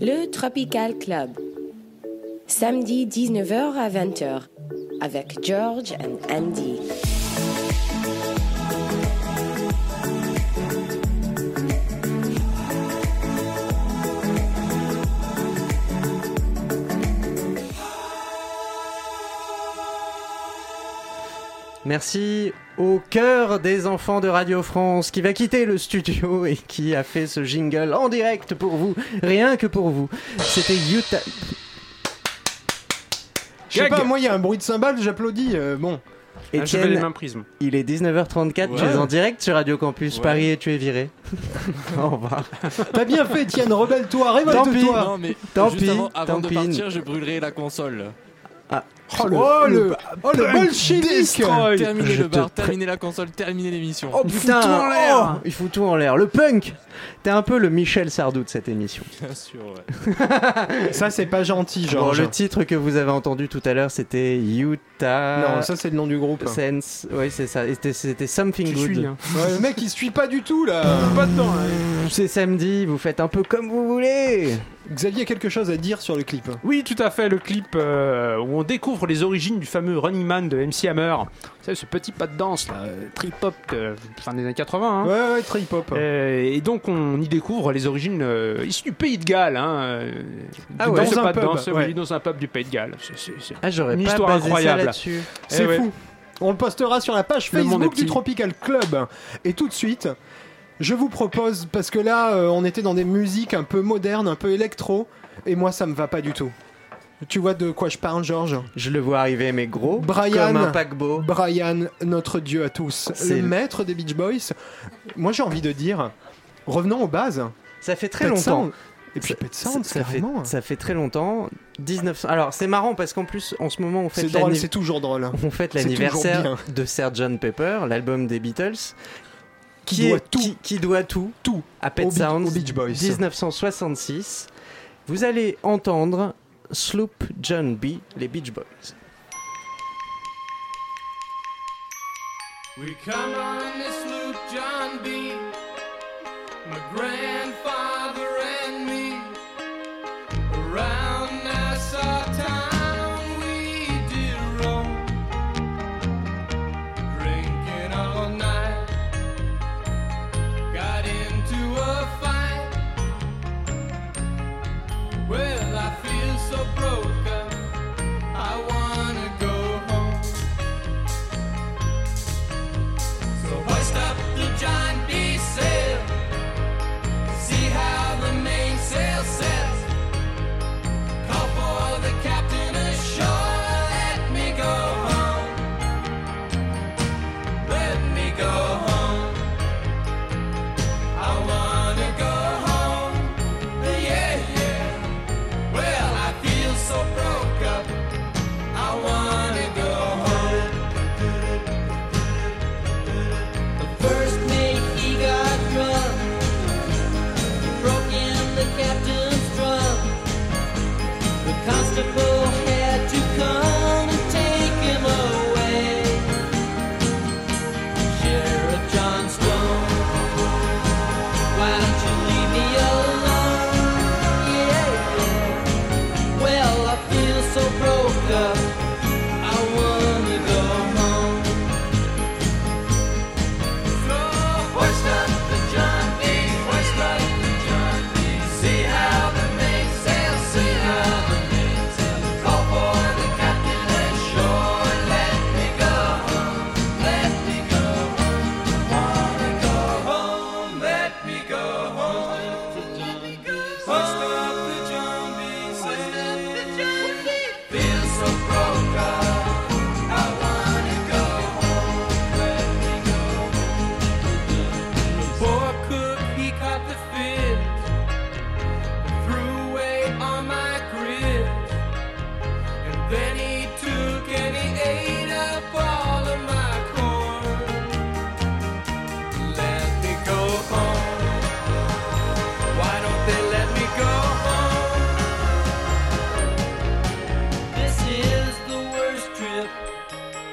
[SPEAKER 3] Le Tropical Club. Samedi 19h à 20h avec George and Andy.
[SPEAKER 4] Merci au cœur des enfants de Radio France qui va quitter le studio et qui a fait ce jingle en direct pour vous, rien que pour vous. C'était Utah.
[SPEAKER 2] Je sais pas, moi il y a un bruit de cymbale, j'applaudis. euh, bon.
[SPEAKER 6] Ah, j'avais les mêmes prismes.
[SPEAKER 4] il est 19h34, tu
[SPEAKER 2] Ouais.
[SPEAKER 4] es en direct sur Radio Campus
[SPEAKER 6] Ouais.
[SPEAKER 4] Paris et tu es viré. Au revoir.
[SPEAKER 2] T'as bien fait, Étienne, rebelle-toi,
[SPEAKER 4] Tant pis.
[SPEAKER 2] révolte-toi.
[SPEAKER 5] Non mais
[SPEAKER 4] Tant
[SPEAKER 5] juste
[SPEAKER 4] pis,
[SPEAKER 5] avant, avant
[SPEAKER 4] tant
[SPEAKER 5] de
[SPEAKER 4] pis.
[SPEAKER 5] partir, je brûlerai la console.
[SPEAKER 4] Ah.
[SPEAKER 2] Oh le, le, oh, le bullshit
[SPEAKER 5] Terminez le bar, terminez la console, terminez l'émission.
[SPEAKER 11] Oh
[SPEAKER 4] Putain,
[SPEAKER 11] tout en l'air.
[SPEAKER 4] oh, il fout tout en l'air. Le punk T'es un peu le Michel Sardou de cette émission.
[SPEAKER 5] Bien sûr, ouais.
[SPEAKER 2] Ça, c'est pas gentil,
[SPEAKER 4] Bon,
[SPEAKER 2] Georges.
[SPEAKER 4] le titre que vous avez entendu tout à l'heure, c'était Utah.
[SPEAKER 2] Non, ça, c'est le nom du groupe.
[SPEAKER 4] Sense. Oui, c'est ça. Et C'était c'était Something
[SPEAKER 6] Tu
[SPEAKER 4] Good.
[SPEAKER 6] suis, hein.
[SPEAKER 2] Ouais, le mec, il suit pas du tout là.
[SPEAKER 6] Pas dedans, hein.
[SPEAKER 4] C'est samedi, vous faites un peu comme vous voulez.
[SPEAKER 2] Xavier a quelque chose à dire sur le clip.
[SPEAKER 6] Oui, tout à fait, le clip euh, où on découvre les origines du fameux Running Man de MC Hammer. Vous savez, ce petit pas de danse, là, euh, trip-hop, de fin des années 80. hein.
[SPEAKER 2] Ouais, ouais, trip hop.
[SPEAKER 6] Euh, et donc, on y découvre les origines euh, issues du pays de Galles. Hein, euh,
[SPEAKER 4] Ah
[SPEAKER 6] du-
[SPEAKER 4] ouais.
[SPEAKER 6] dans
[SPEAKER 2] Dans
[SPEAKER 6] ce
[SPEAKER 2] un
[SPEAKER 6] pas de
[SPEAKER 2] pub,
[SPEAKER 6] danse,
[SPEAKER 2] ouais.
[SPEAKER 6] oui, dans un pub du pays de Galles. C'est- c'est- c'est-
[SPEAKER 4] Ah, j'aurais
[SPEAKER 6] Une
[SPEAKER 4] pas
[SPEAKER 6] histoire
[SPEAKER 4] basé ça
[SPEAKER 6] incroyable.
[SPEAKER 4] là-dessus.
[SPEAKER 2] C'est
[SPEAKER 6] Eh ouais.
[SPEAKER 2] fou. On le postera sur la page
[SPEAKER 6] Le monde
[SPEAKER 2] Facebook
[SPEAKER 6] est
[SPEAKER 2] du
[SPEAKER 6] petit.
[SPEAKER 2] Tropical Club. Et tout de suite, je vous propose, parce que là, euh, on était dans des musiques un peu modernes, un peu électro, et moi, ça me va pas du tout. Tu vois de quoi je parle, Georges
[SPEAKER 4] Je le vois arriver, mais gros,
[SPEAKER 2] Brian.
[SPEAKER 4] comme un paquebot.
[SPEAKER 2] Brian, notre dieu à tous,
[SPEAKER 4] C'est
[SPEAKER 2] le
[SPEAKER 4] le-
[SPEAKER 2] maître des Beach Boys. Moi, j'ai envie de dire, revenons aux bases.
[SPEAKER 4] Ça fait très
[SPEAKER 2] Pet
[SPEAKER 4] longtemps.
[SPEAKER 2] Sound. Et puis Pet Sound,
[SPEAKER 4] ça, fait,
[SPEAKER 2] carrément.
[SPEAKER 4] ça fait très longtemps. 1900. Alors, c'est marrant parce qu'en plus, en ce moment, on
[SPEAKER 2] C'est
[SPEAKER 4] fait
[SPEAKER 2] drôle, c'est toujours drôle.
[SPEAKER 4] On fête
[SPEAKER 2] C'est toujours
[SPEAKER 4] l'anniversaire de Sgt. Pepper, l'album des Beatles,
[SPEAKER 2] Qui doit tout.
[SPEAKER 4] qui, qui doit tout,
[SPEAKER 2] Tout.
[SPEAKER 4] à Pet
[SPEAKER 2] Aux Be-
[SPEAKER 4] Sounds,
[SPEAKER 2] aux Beach Boys.
[SPEAKER 4] 1966. Vous allez entendre Sloop John B, les Beach Boys.
[SPEAKER 7] We come on the sloop John B. My grandfather and me. Around Nassau town we did roam. Drinking all night. Got into a fight. Well, I feel so broke up. I wanna go home. So hoist up the John B. sail. See how the mainsail sets. Call for the captain ashore. Let me go home. Let me go home. I wanna go home. Yeah, yeah. Well, I feel so broke up. I wanna go home. First mate, he got drunk. Broke in the captain's drum. The constable had to come and take him away. Sheriff John Stone, why don't you leave me alone? Yeah, yeah. Well, I feel so broke up. I wanna go home. Feel so broke up. I wanna go home. Let me go home. The poor cook, he caught the fish, threw away all my grits, and then he took and he ate up all of my corn. Let me go home. Why don't they let me go home? This is the worst trip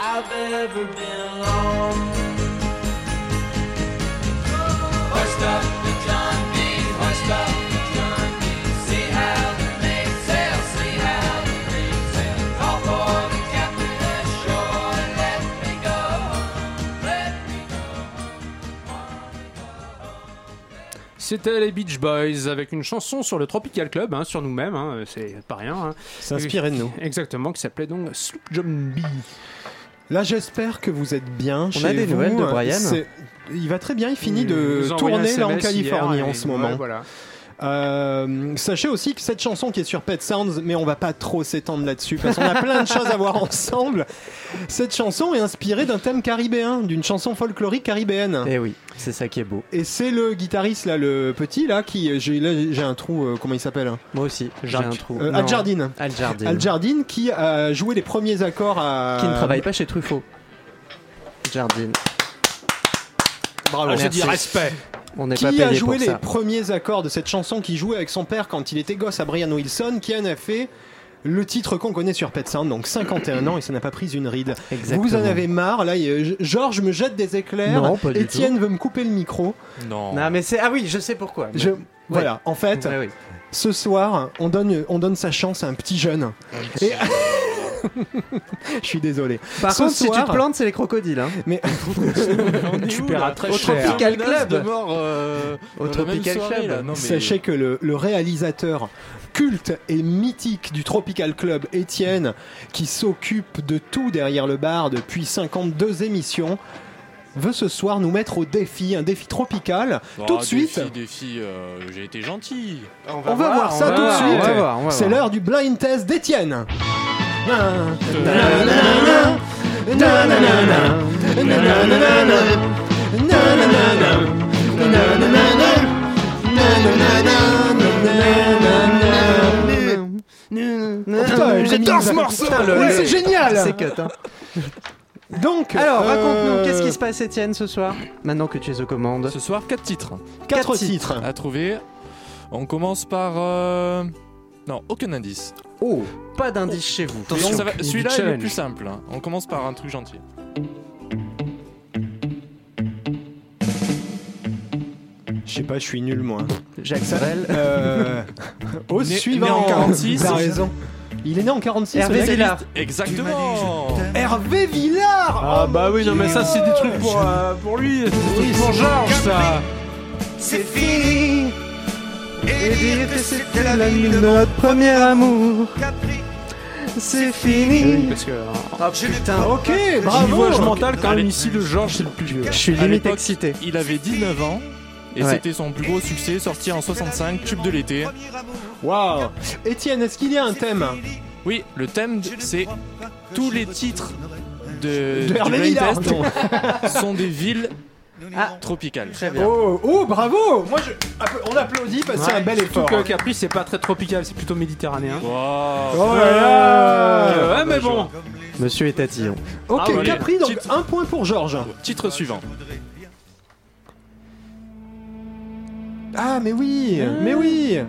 [SPEAKER 7] I've ever been on. Hoist up the John B. Hoist up the John B. See how the mainsail, see how the mainsail. Call for the captain ashore and let me go. Let me go.
[SPEAKER 6] C'était les Beach Boys avec une chanson sur le Tropical Club, hein, sur nous-mêmes, hein, c'est pas rien. hein.
[SPEAKER 2] S'inspirer de nous.
[SPEAKER 6] Exactement, qui s'appelait donc Sloop John B.
[SPEAKER 2] Là, j'espère que vous êtes bien.
[SPEAKER 4] On a des nouvelles de Brian
[SPEAKER 2] Il va très bien, il finit
[SPEAKER 6] Mmh, Il
[SPEAKER 2] de
[SPEAKER 6] nous a envoyé
[SPEAKER 2] tourner là
[SPEAKER 6] un
[SPEAKER 2] en
[SPEAKER 6] SMS hier,
[SPEAKER 2] Californie
[SPEAKER 6] et-
[SPEAKER 2] en ce
[SPEAKER 6] ouais,
[SPEAKER 2] moment.
[SPEAKER 6] voilà.
[SPEAKER 2] Euh, sachez aussi que cette chanson qui est sur Pet Sounds, mais on va pas trop s'étendre là-dessus parce qu'on a plein de choses à voir ensemble. Cette chanson est inspirée d'un thème caribéen, d'une chanson folklorique caribéenne.
[SPEAKER 4] Eh oui, c'est ça qui est beau.
[SPEAKER 2] Et c'est le guitariste là, le petit là, qui j'ai là, j'ai un trou. euh, comment il s'appelle hein
[SPEAKER 4] Moi aussi, j'ai
[SPEAKER 2] Jacques.
[SPEAKER 4] un trou.
[SPEAKER 2] Euh,
[SPEAKER 4] Non.
[SPEAKER 2] Al Jardine.
[SPEAKER 4] Al Jardine.
[SPEAKER 2] Al Jardine qui a joué les premiers accords à.
[SPEAKER 4] Qui ne travaille pas chez Truffaut. Jardine.
[SPEAKER 2] Bravo.
[SPEAKER 4] Ah, j'ai dit respect. On n'est
[SPEAKER 2] qui
[SPEAKER 4] pas payé
[SPEAKER 2] a joué
[SPEAKER 4] pour
[SPEAKER 2] les
[SPEAKER 4] ça.
[SPEAKER 2] premiers accords de cette chanson qu'il jouait avec son père quand il était gosse à Brian Wilson, qui en a fait le titre qu'on connaît sur Pet Sound, donc 51 ans et ça n'a pas pris une ride. Vous en avez marre, là, il y a- G- Georges me jette des éclairs,
[SPEAKER 4] Non, pas du
[SPEAKER 2] Étienne
[SPEAKER 4] tout.
[SPEAKER 2] veut me couper le micro.
[SPEAKER 5] Non.
[SPEAKER 4] Non, mais c'est. Ah oui, je sais pourquoi.
[SPEAKER 2] Je-
[SPEAKER 4] Ouais.
[SPEAKER 2] Voilà, en fait,
[SPEAKER 4] Ouais, oui.
[SPEAKER 2] ce soir, on donne, on donne sa chance à un petit jeune. Et- Je suis désolé.
[SPEAKER 4] Par
[SPEAKER 2] Ce
[SPEAKER 4] contre, si tu
[SPEAKER 2] soir-
[SPEAKER 4] te plantes, c'est les crocodiles. Hein.
[SPEAKER 2] Mais
[SPEAKER 4] tu paieras très
[SPEAKER 5] Au
[SPEAKER 4] cher.
[SPEAKER 5] Tropical
[SPEAKER 4] Tropical
[SPEAKER 5] Club
[SPEAKER 4] Club.
[SPEAKER 5] de mort, euh,
[SPEAKER 4] Au
[SPEAKER 5] dans la même
[SPEAKER 4] Tropical
[SPEAKER 5] soirée,
[SPEAKER 4] Club.
[SPEAKER 5] là. Non, mais- euh,
[SPEAKER 2] Sachez que le, le réalisateur culte et mythique du Tropical Club, Étienne, qui s'occupe de tout derrière le bar depuis 52 émissions, veut ce soir nous mettre au défi, un défi tropical.
[SPEAKER 5] Bon,
[SPEAKER 2] tout de
[SPEAKER 5] Oh, des
[SPEAKER 2] suite,
[SPEAKER 5] filles, des filles, euh, j'ai été gentil.
[SPEAKER 2] on va, voir, ça tout de suite. C'est
[SPEAKER 5] là
[SPEAKER 2] l'heure du blind test d'Étienne. putain, j'ai mis
[SPEAKER 4] J'adore
[SPEAKER 2] les
[SPEAKER 4] ce
[SPEAKER 2] accords.
[SPEAKER 4] morceau.
[SPEAKER 2] Putain, le-
[SPEAKER 4] Ouais,
[SPEAKER 2] c'est génial.
[SPEAKER 4] C'est cut. hein.
[SPEAKER 2] Donc,
[SPEAKER 4] Alors, raconte-nous,
[SPEAKER 2] euh,
[SPEAKER 4] qu'est-ce qui se passe, Étienne, ce soir Maintenant que tu es aux commandes.
[SPEAKER 5] Ce soir, 4 titres.
[SPEAKER 2] Quatre
[SPEAKER 4] Quatre Ah.
[SPEAKER 2] titres. Ah,
[SPEAKER 5] À trouver. On commence par. euh, Non, aucun indice.
[SPEAKER 4] Oh, pas d'indice chez vous.
[SPEAKER 5] Donc, ça va-
[SPEAKER 4] Il y a du
[SPEAKER 5] Celui-là il est le
[SPEAKER 4] challenge.
[SPEAKER 5] plus simple. hein. On commence par un truc gentil.
[SPEAKER 2] Je sais pas, je suis nul moi.
[SPEAKER 4] Jacques
[SPEAKER 2] Ça-
[SPEAKER 4] Brel.
[SPEAKER 2] euh, Au
[SPEAKER 5] Né-
[SPEAKER 2] suivant.
[SPEAKER 5] né en 46.
[SPEAKER 2] T'as raison. Il est né en 46.
[SPEAKER 4] Hervé
[SPEAKER 2] le mec.
[SPEAKER 4] Villard.
[SPEAKER 5] Exactement
[SPEAKER 2] Hervé Villard. Oh,
[SPEAKER 6] Ah bah oui, non mais ça c'est des trucs pour, euh, pour lui, c'est des trucs pour Georges ça.
[SPEAKER 7] C'est fini.
[SPEAKER 4] Et dire que c'était la nuit de notre premier amour. C'est fini.
[SPEAKER 6] Parce que euh,
[SPEAKER 4] Ah putain,
[SPEAKER 2] Ok,
[SPEAKER 6] au
[SPEAKER 2] bravo.
[SPEAKER 6] niveau âge mental quand
[SPEAKER 5] Allez.
[SPEAKER 6] même ici le Georges c'est le plus vieux.
[SPEAKER 4] je suis
[SPEAKER 5] À
[SPEAKER 4] limite
[SPEAKER 5] l'époque,
[SPEAKER 4] excité.
[SPEAKER 5] Il avait 19 ans. Et
[SPEAKER 4] Ouais.
[SPEAKER 5] c'était son plus gros succès, sorti en 65, tube de l'été.
[SPEAKER 2] Waouh. Étienne, est-ce qu'il y a un thème
[SPEAKER 5] Oui, le thème, c'est tous les titres de,
[SPEAKER 2] de
[SPEAKER 5] du
[SPEAKER 2] Hervé
[SPEAKER 5] Blind
[SPEAKER 2] Villard
[SPEAKER 5] Test
[SPEAKER 2] non.
[SPEAKER 5] sont des villes
[SPEAKER 4] Ah.
[SPEAKER 5] tropicales.
[SPEAKER 4] Très bien.
[SPEAKER 2] Oh, oh, bravo. Moi, je- app- on applaudit parce que c'est un bel
[SPEAKER 6] Surtout
[SPEAKER 2] effort. hein.
[SPEAKER 6] que Capri c'est pas très tropical, c'est plutôt méditerranéen.
[SPEAKER 5] Wow.
[SPEAKER 2] Oh là là.
[SPEAKER 6] ouais mais bon,
[SPEAKER 4] Monsieur est tatillon.
[SPEAKER 2] Ok,
[SPEAKER 5] Ah, ouais.
[SPEAKER 2] Capri, donc
[SPEAKER 5] Titre.
[SPEAKER 2] un point pour Georges.
[SPEAKER 5] Titre suivant.
[SPEAKER 2] Ah, mais oui, mais oui.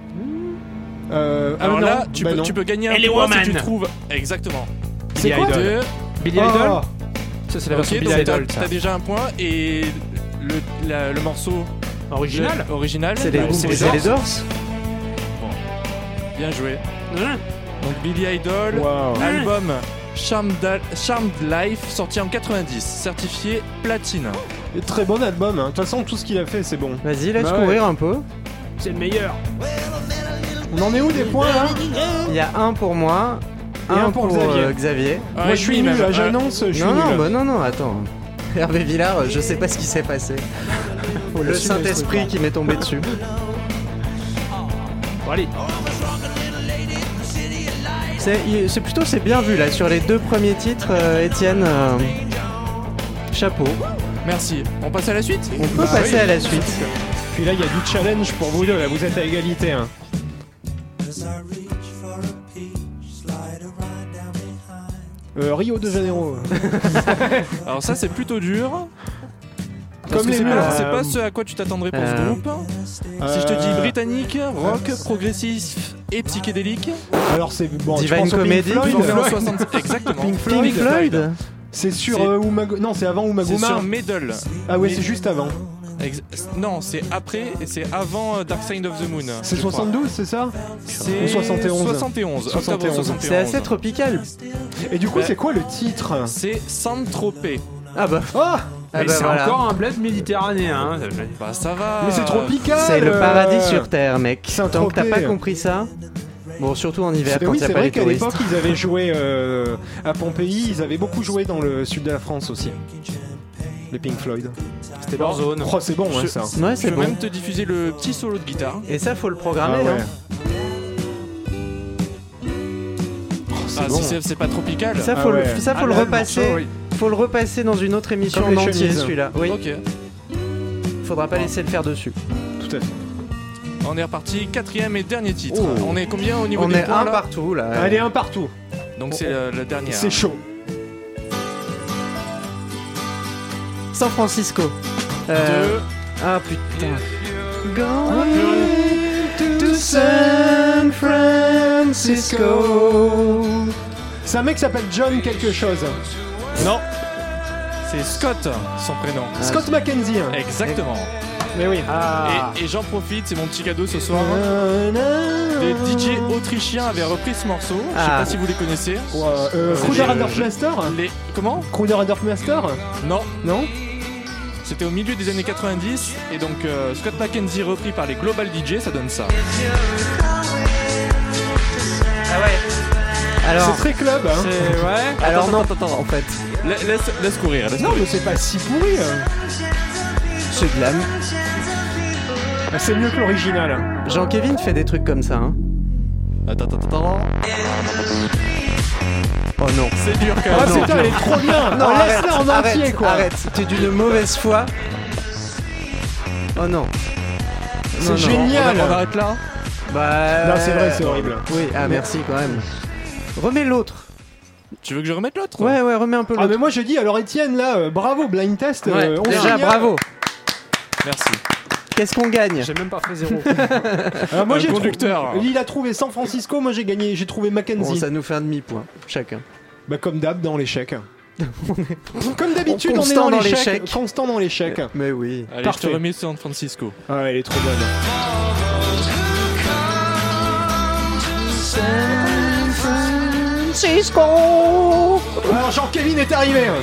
[SPEAKER 2] Euh, ah,
[SPEAKER 5] Alors
[SPEAKER 2] non,
[SPEAKER 5] là, tu,
[SPEAKER 2] bah
[SPEAKER 5] peux,
[SPEAKER 2] non.
[SPEAKER 5] tu peux gagner un
[SPEAKER 6] Et les
[SPEAKER 5] point si tu
[SPEAKER 6] women.
[SPEAKER 5] trouves. Exactement.
[SPEAKER 2] C'est quoi
[SPEAKER 5] Deux.
[SPEAKER 6] Billy
[SPEAKER 2] Oh.
[SPEAKER 6] Idol, ça c'est la version
[SPEAKER 5] Ok,
[SPEAKER 6] Billy
[SPEAKER 5] donc t'as
[SPEAKER 6] Idol, ça.
[SPEAKER 5] t'as déjà un point et le, la- le morceau
[SPEAKER 6] original.
[SPEAKER 5] le- original.
[SPEAKER 4] C'est les,
[SPEAKER 5] bah,
[SPEAKER 4] c'est les-
[SPEAKER 5] Doors.
[SPEAKER 4] c'est les Doors
[SPEAKER 5] Bien joué. Donc Billy Idol,
[SPEAKER 2] Waouh.
[SPEAKER 5] album Charmed, Al- Charmed Life, sorti en 90, certifié platine.
[SPEAKER 2] Oh. Très bon album. hein. De toute façon, tout ce qu'il a fait, c'est bon.
[SPEAKER 4] Vas-y, laisse
[SPEAKER 6] Bah ouais.
[SPEAKER 4] courir un peu.
[SPEAKER 6] C'est le meilleur.
[SPEAKER 2] On en est où des points là
[SPEAKER 4] Il y a un pour moi.
[SPEAKER 2] Et un pour Xavier.
[SPEAKER 4] euh, Xavier.
[SPEAKER 5] Ah,
[SPEAKER 2] Moi, je suis nul. là,
[SPEAKER 5] Euh,
[SPEAKER 2] J'annonce, je suis
[SPEAKER 4] Non, non,
[SPEAKER 2] nul.
[SPEAKER 4] bah non, non, attends. Hervé Villard, euh, je sais pas ce qui s'est passé. Le
[SPEAKER 2] hein.
[SPEAKER 4] Saint-Esprit qui m'est tombé dessus.
[SPEAKER 6] Bon allez,
[SPEAKER 4] Ah, C'est il- c'est plutôt c'est bien vu là sur les deux premiers titres, euh, Étienne. euh, chapeau.
[SPEAKER 5] Merci. On passe à la suite
[SPEAKER 4] On
[SPEAKER 2] Bah
[SPEAKER 4] peut passer à la suite.
[SPEAKER 2] Puis là, il y a du challenge pour vous deux. Là, vous êtes à égalité. hein.
[SPEAKER 7] As I reach for a peach, slide a ride down behind.
[SPEAKER 2] Euh, Rio de Janeiro.
[SPEAKER 5] Alors ça c'est plutôt dur. Parce
[SPEAKER 2] Comme
[SPEAKER 5] que
[SPEAKER 2] les
[SPEAKER 5] c'est
[SPEAKER 2] murs.
[SPEAKER 5] pas, euh, c'est
[SPEAKER 2] Euh,
[SPEAKER 5] pas ce à quoi tu t'attendrais pour ce
[SPEAKER 4] euh,
[SPEAKER 5] groupe. Si je te dis britannique,
[SPEAKER 2] euh,
[SPEAKER 5] rock, progressif et psychédélique,
[SPEAKER 2] Alors c'est bon. tu
[SPEAKER 4] Divine
[SPEAKER 2] penses au
[SPEAKER 4] Comedy,
[SPEAKER 2] Pink
[SPEAKER 5] ils ont fait en
[SPEAKER 2] Floyd.
[SPEAKER 5] 60... Exactement.
[SPEAKER 2] Pink
[SPEAKER 4] Pink
[SPEAKER 2] Floyd.
[SPEAKER 4] Floyd
[SPEAKER 2] C'est sur
[SPEAKER 5] C'est-
[SPEAKER 2] euh, Umago- Non, c'est avant
[SPEAKER 5] C'est
[SPEAKER 2] Umaguma.
[SPEAKER 5] sur Medal.
[SPEAKER 2] Ah ouais, c'est juste avant.
[SPEAKER 5] Ex- Non, c'est après et c'est avant euh, Dark Side of the Moon.
[SPEAKER 2] C'est
[SPEAKER 5] je crois.
[SPEAKER 2] 72, c'est ça
[SPEAKER 5] C'est
[SPEAKER 2] Ou 71.
[SPEAKER 5] 71. octobre
[SPEAKER 2] 71.
[SPEAKER 5] 71.
[SPEAKER 4] C'est assez tropical.
[SPEAKER 2] Et du coup,
[SPEAKER 5] Ouais.
[SPEAKER 2] c'est quoi le titre
[SPEAKER 5] C'est Saint-Tropez.
[SPEAKER 4] Ah bah,
[SPEAKER 2] Ah
[SPEAKER 4] ah
[SPEAKER 6] Mais
[SPEAKER 4] bah
[SPEAKER 6] c'est
[SPEAKER 4] voilà.
[SPEAKER 6] encore un bled méditerranéen. hein.
[SPEAKER 5] Bah ça va.
[SPEAKER 2] Mais c'est tropical.
[SPEAKER 4] C'est le
[SPEAKER 2] euh,
[SPEAKER 4] paradis sur terre, mec. Tant que
[SPEAKER 2] Saint-Tropez.
[SPEAKER 4] t'as pas compris ça. Bon, surtout en hiver
[SPEAKER 2] Mais
[SPEAKER 4] quand
[SPEAKER 2] Ben oui,
[SPEAKER 4] y a
[SPEAKER 2] c'est
[SPEAKER 4] pas
[SPEAKER 2] vrai
[SPEAKER 4] les
[SPEAKER 2] qu'à
[SPEAKER 4] touristes.
[SPEAKER 2] l'époque, ils avaient joué euh, à Pompéi, ils avaient beaucoup joué dans le sud de la France aussi. les Pink Floyd. C'était
[SPEAKER 5] leur zone.
[SPEAKER 2] Oh, c'est bon, hein,
[SPEAKER 5] Je-
[SPEAKER 2] ça.
[SPEAKER 5] Ouais, c'est Je vais bon. même te diffuser le petit solo de guitare.
[SPEAKER 4] Et ça, faut le programmer.
[SPEAKER 2] Ah ouais.
[SPEAKER 4] hein.
[SPEAKER 2] Oh,
[SPEAKER 5] Ah,
[SPEAKER 4] bon.
[SPEAKER 5] si c'est- c'est pas tropical.
[SPEAKER 4] Ça,
[SPEAKER 2] Ah
[SPEAKER 4] faut, le, ça, faut le repasser. Faut le repasser dans une autre émission
[SPEAKER 5] Comme
[SPEAKER 4] en
[SPEAKER 5] les
[SPEAKER 4] entier,
[SPEAKER 5] chemises.
[SPEAKER 4] celui-là. Oui.
[SPEAKER 5] Ok.
[SPEAKER 4] Faudra pas laisser le faire dessus.
[SPEAKER 2] Tout à fait.
[SPEAKER 5] On est reparti, quatrième et dernier titre.
[SPEAKER 4] Oh.
[SPEAKER 5] On est combien au niveau
[SPEAKER 4] On
[SPEAKER 5] des
[SPEAKER 4] est
[SPEAKER 5] points,
[SPEAKER 4] un
[SPEAKER 5] là
[SPEAKER 4] partout là.
[SPEAKER 2] Allez, un partout.
[SPEAKER 5] Donc c'est la, la dernière.
[SPEAKER 2] C'est chaud.
[SPEAKER 4] San Francisco. Euh, Ah putain.
[SPEAKER 7] Going
[SPEAKER 4] to San Francisco.
[SPEAKER 2] C'est un mec qui s'appelle John quelque chose. Non.
[SPEAKER 5] C'est Scott, son prénom.
[SPEAKER 6] Ah.
[SPEAKER 2] Scott McKenzie. hein.
[SPEAKER 5] Exactement.
[SPEAKER 2] Mais oui.
[SPEAKER 5] Et, et j'en profite, c'est mon petit cadeau ce soir.
[SPEAKER 6] Ah.
[SPEAKER 2] Euh,
[SPEAKER 5] Les DJ autrichiens avaient repris ce morceau. Je sais
[SPEAKER 2] Ah.
[SPEAKER 5] pas si vous les connaissez.
[SPEAKER 2] Euh, Kruder and Dorfmeister
[SPEAKER 5] Les... Comment
[SPEAKER 2] Kruder and Dorfmeister
[SPEAKER 5] Non.
[SPEAKER 2] Non
[SPEAKER 5] C'était au milieu des années 90 et donc euh, Scott McKenzie repris par les Global DJ, ça donne ça.
[SPEAKER 4] Ah ouais. Alors.
[SPEAKER 2] C'est très club. hein.
[SPEAKER 5] C'est- ouais.
[SPEAKER 4] Alors
[SPEAKER 5] Attends,
[SPEAKER 4] non.
[SPEAKER 5] attends,
[SPEAKER 4] en fait.
[SPEAKER 5] La- laisse, laisse courir. Laisse
[SPEAKER 2] Non,
[SPEAKER 5] courir.
[SPEAKER 2] mais c'est pas si pourri. hein.
[SPEAKER 4] C'est de la merde.
[SPEAKER 2] Ah, C'est mieux que l'original.
[SPEAKER 4] Jean-Kevin fait des trucs comme ça. Hein.
[SPEAKER 5] Attends, attends, attends.
[SPEAKER 4] Oh non.
[SPEAKER 5] C'est dur quand même.
[SPEAKER 2] Ah,
[SPEAKER 4] non,
[SPEAKER 2] putain,
[SPEAKER 4] non.
[SPEAKER 2] elle est trop bien.
[SPEAKER 4] Non,
[SPEAKER 2] On laisse
[SPEAKER 4] arrête,
[SPEAKER 2] la en
[SPEAKER 4] arrête,
[SPEAKER 2] entier, quoi.
[SPEAKER 4] Arrête, t'es d'une mauvaise foi. Oh non.
[SPEAKER 2] C'est
[SPEAKER 4] Non, non,
[SPEAKER 2] génial.
[SPEAKER 4] on- on arrête là Bah.
[SPEAKER 2] Non, c'est vrai, c'est horrible.
[SPEAKER 4] Oui, ah merci quand même. Remets l'autre.
[SPEAKER 5] Tu veux que je remette l'autre
[SPEAKER 4] Ouais, ouais, remets un peu
[SPEAKER 2] Ah,
[SPEAKER 4] l'autre.
[SPEAKER 2] mais moi je dis, alors Étienne, là, euh, bravo, blind test.
[SPEAKER 4] Ouais,
[SPEAKER 2] euh, on
[SPEAKER 4] déjà,
[SPEAKER 2] signale.
[SPEAKER 4] bravo.
[SPEAKER 5] Merci.
[SPEAKER 4] Qu'est-ce qu'on gagne
[SPEAKER 6] J'ai même pas fait zéro.
[SPEAKER 2] Alors, moi
[SPEAKER 5] Un
[SPEAKER 2] j'ai trou-
[SPEAKER 5] conducteur.
[SPEAKER 2] Lui, il a trouvé San Francisco, moi j'ai gagné, j'ai trouvé
[SPEAKER 4] Bon,
[SPEAKER 2] Mackenzie.
[SPEAKER 4] ça nous fait un demi-point chacun.
[SPEAKER 2] Bah, comme d'hab dans l'échec. comme d'habitude, on est
[SPEAKER 4] Constant
[SPEAKER 2] dans
[SPEAKER 4] dans
[SPEAKER 2] l'échec.
[SPEAKER 4] l'échec.
[SPEAKER 2] Constant dans l'échec.
[SPEAKER 4] Mais oui.
[SPEAKER 5] Allez,
[SPEAKER 2] Parfait.
[SPEAKER 5] je te remets San Francisco.
[SPEAKER 2] Ah, ouais, elle est trop bonne.
[SPEAKER 4] Cisco
[SPEAKER 2] Alors, Jean-Kevin est arrivé. hein.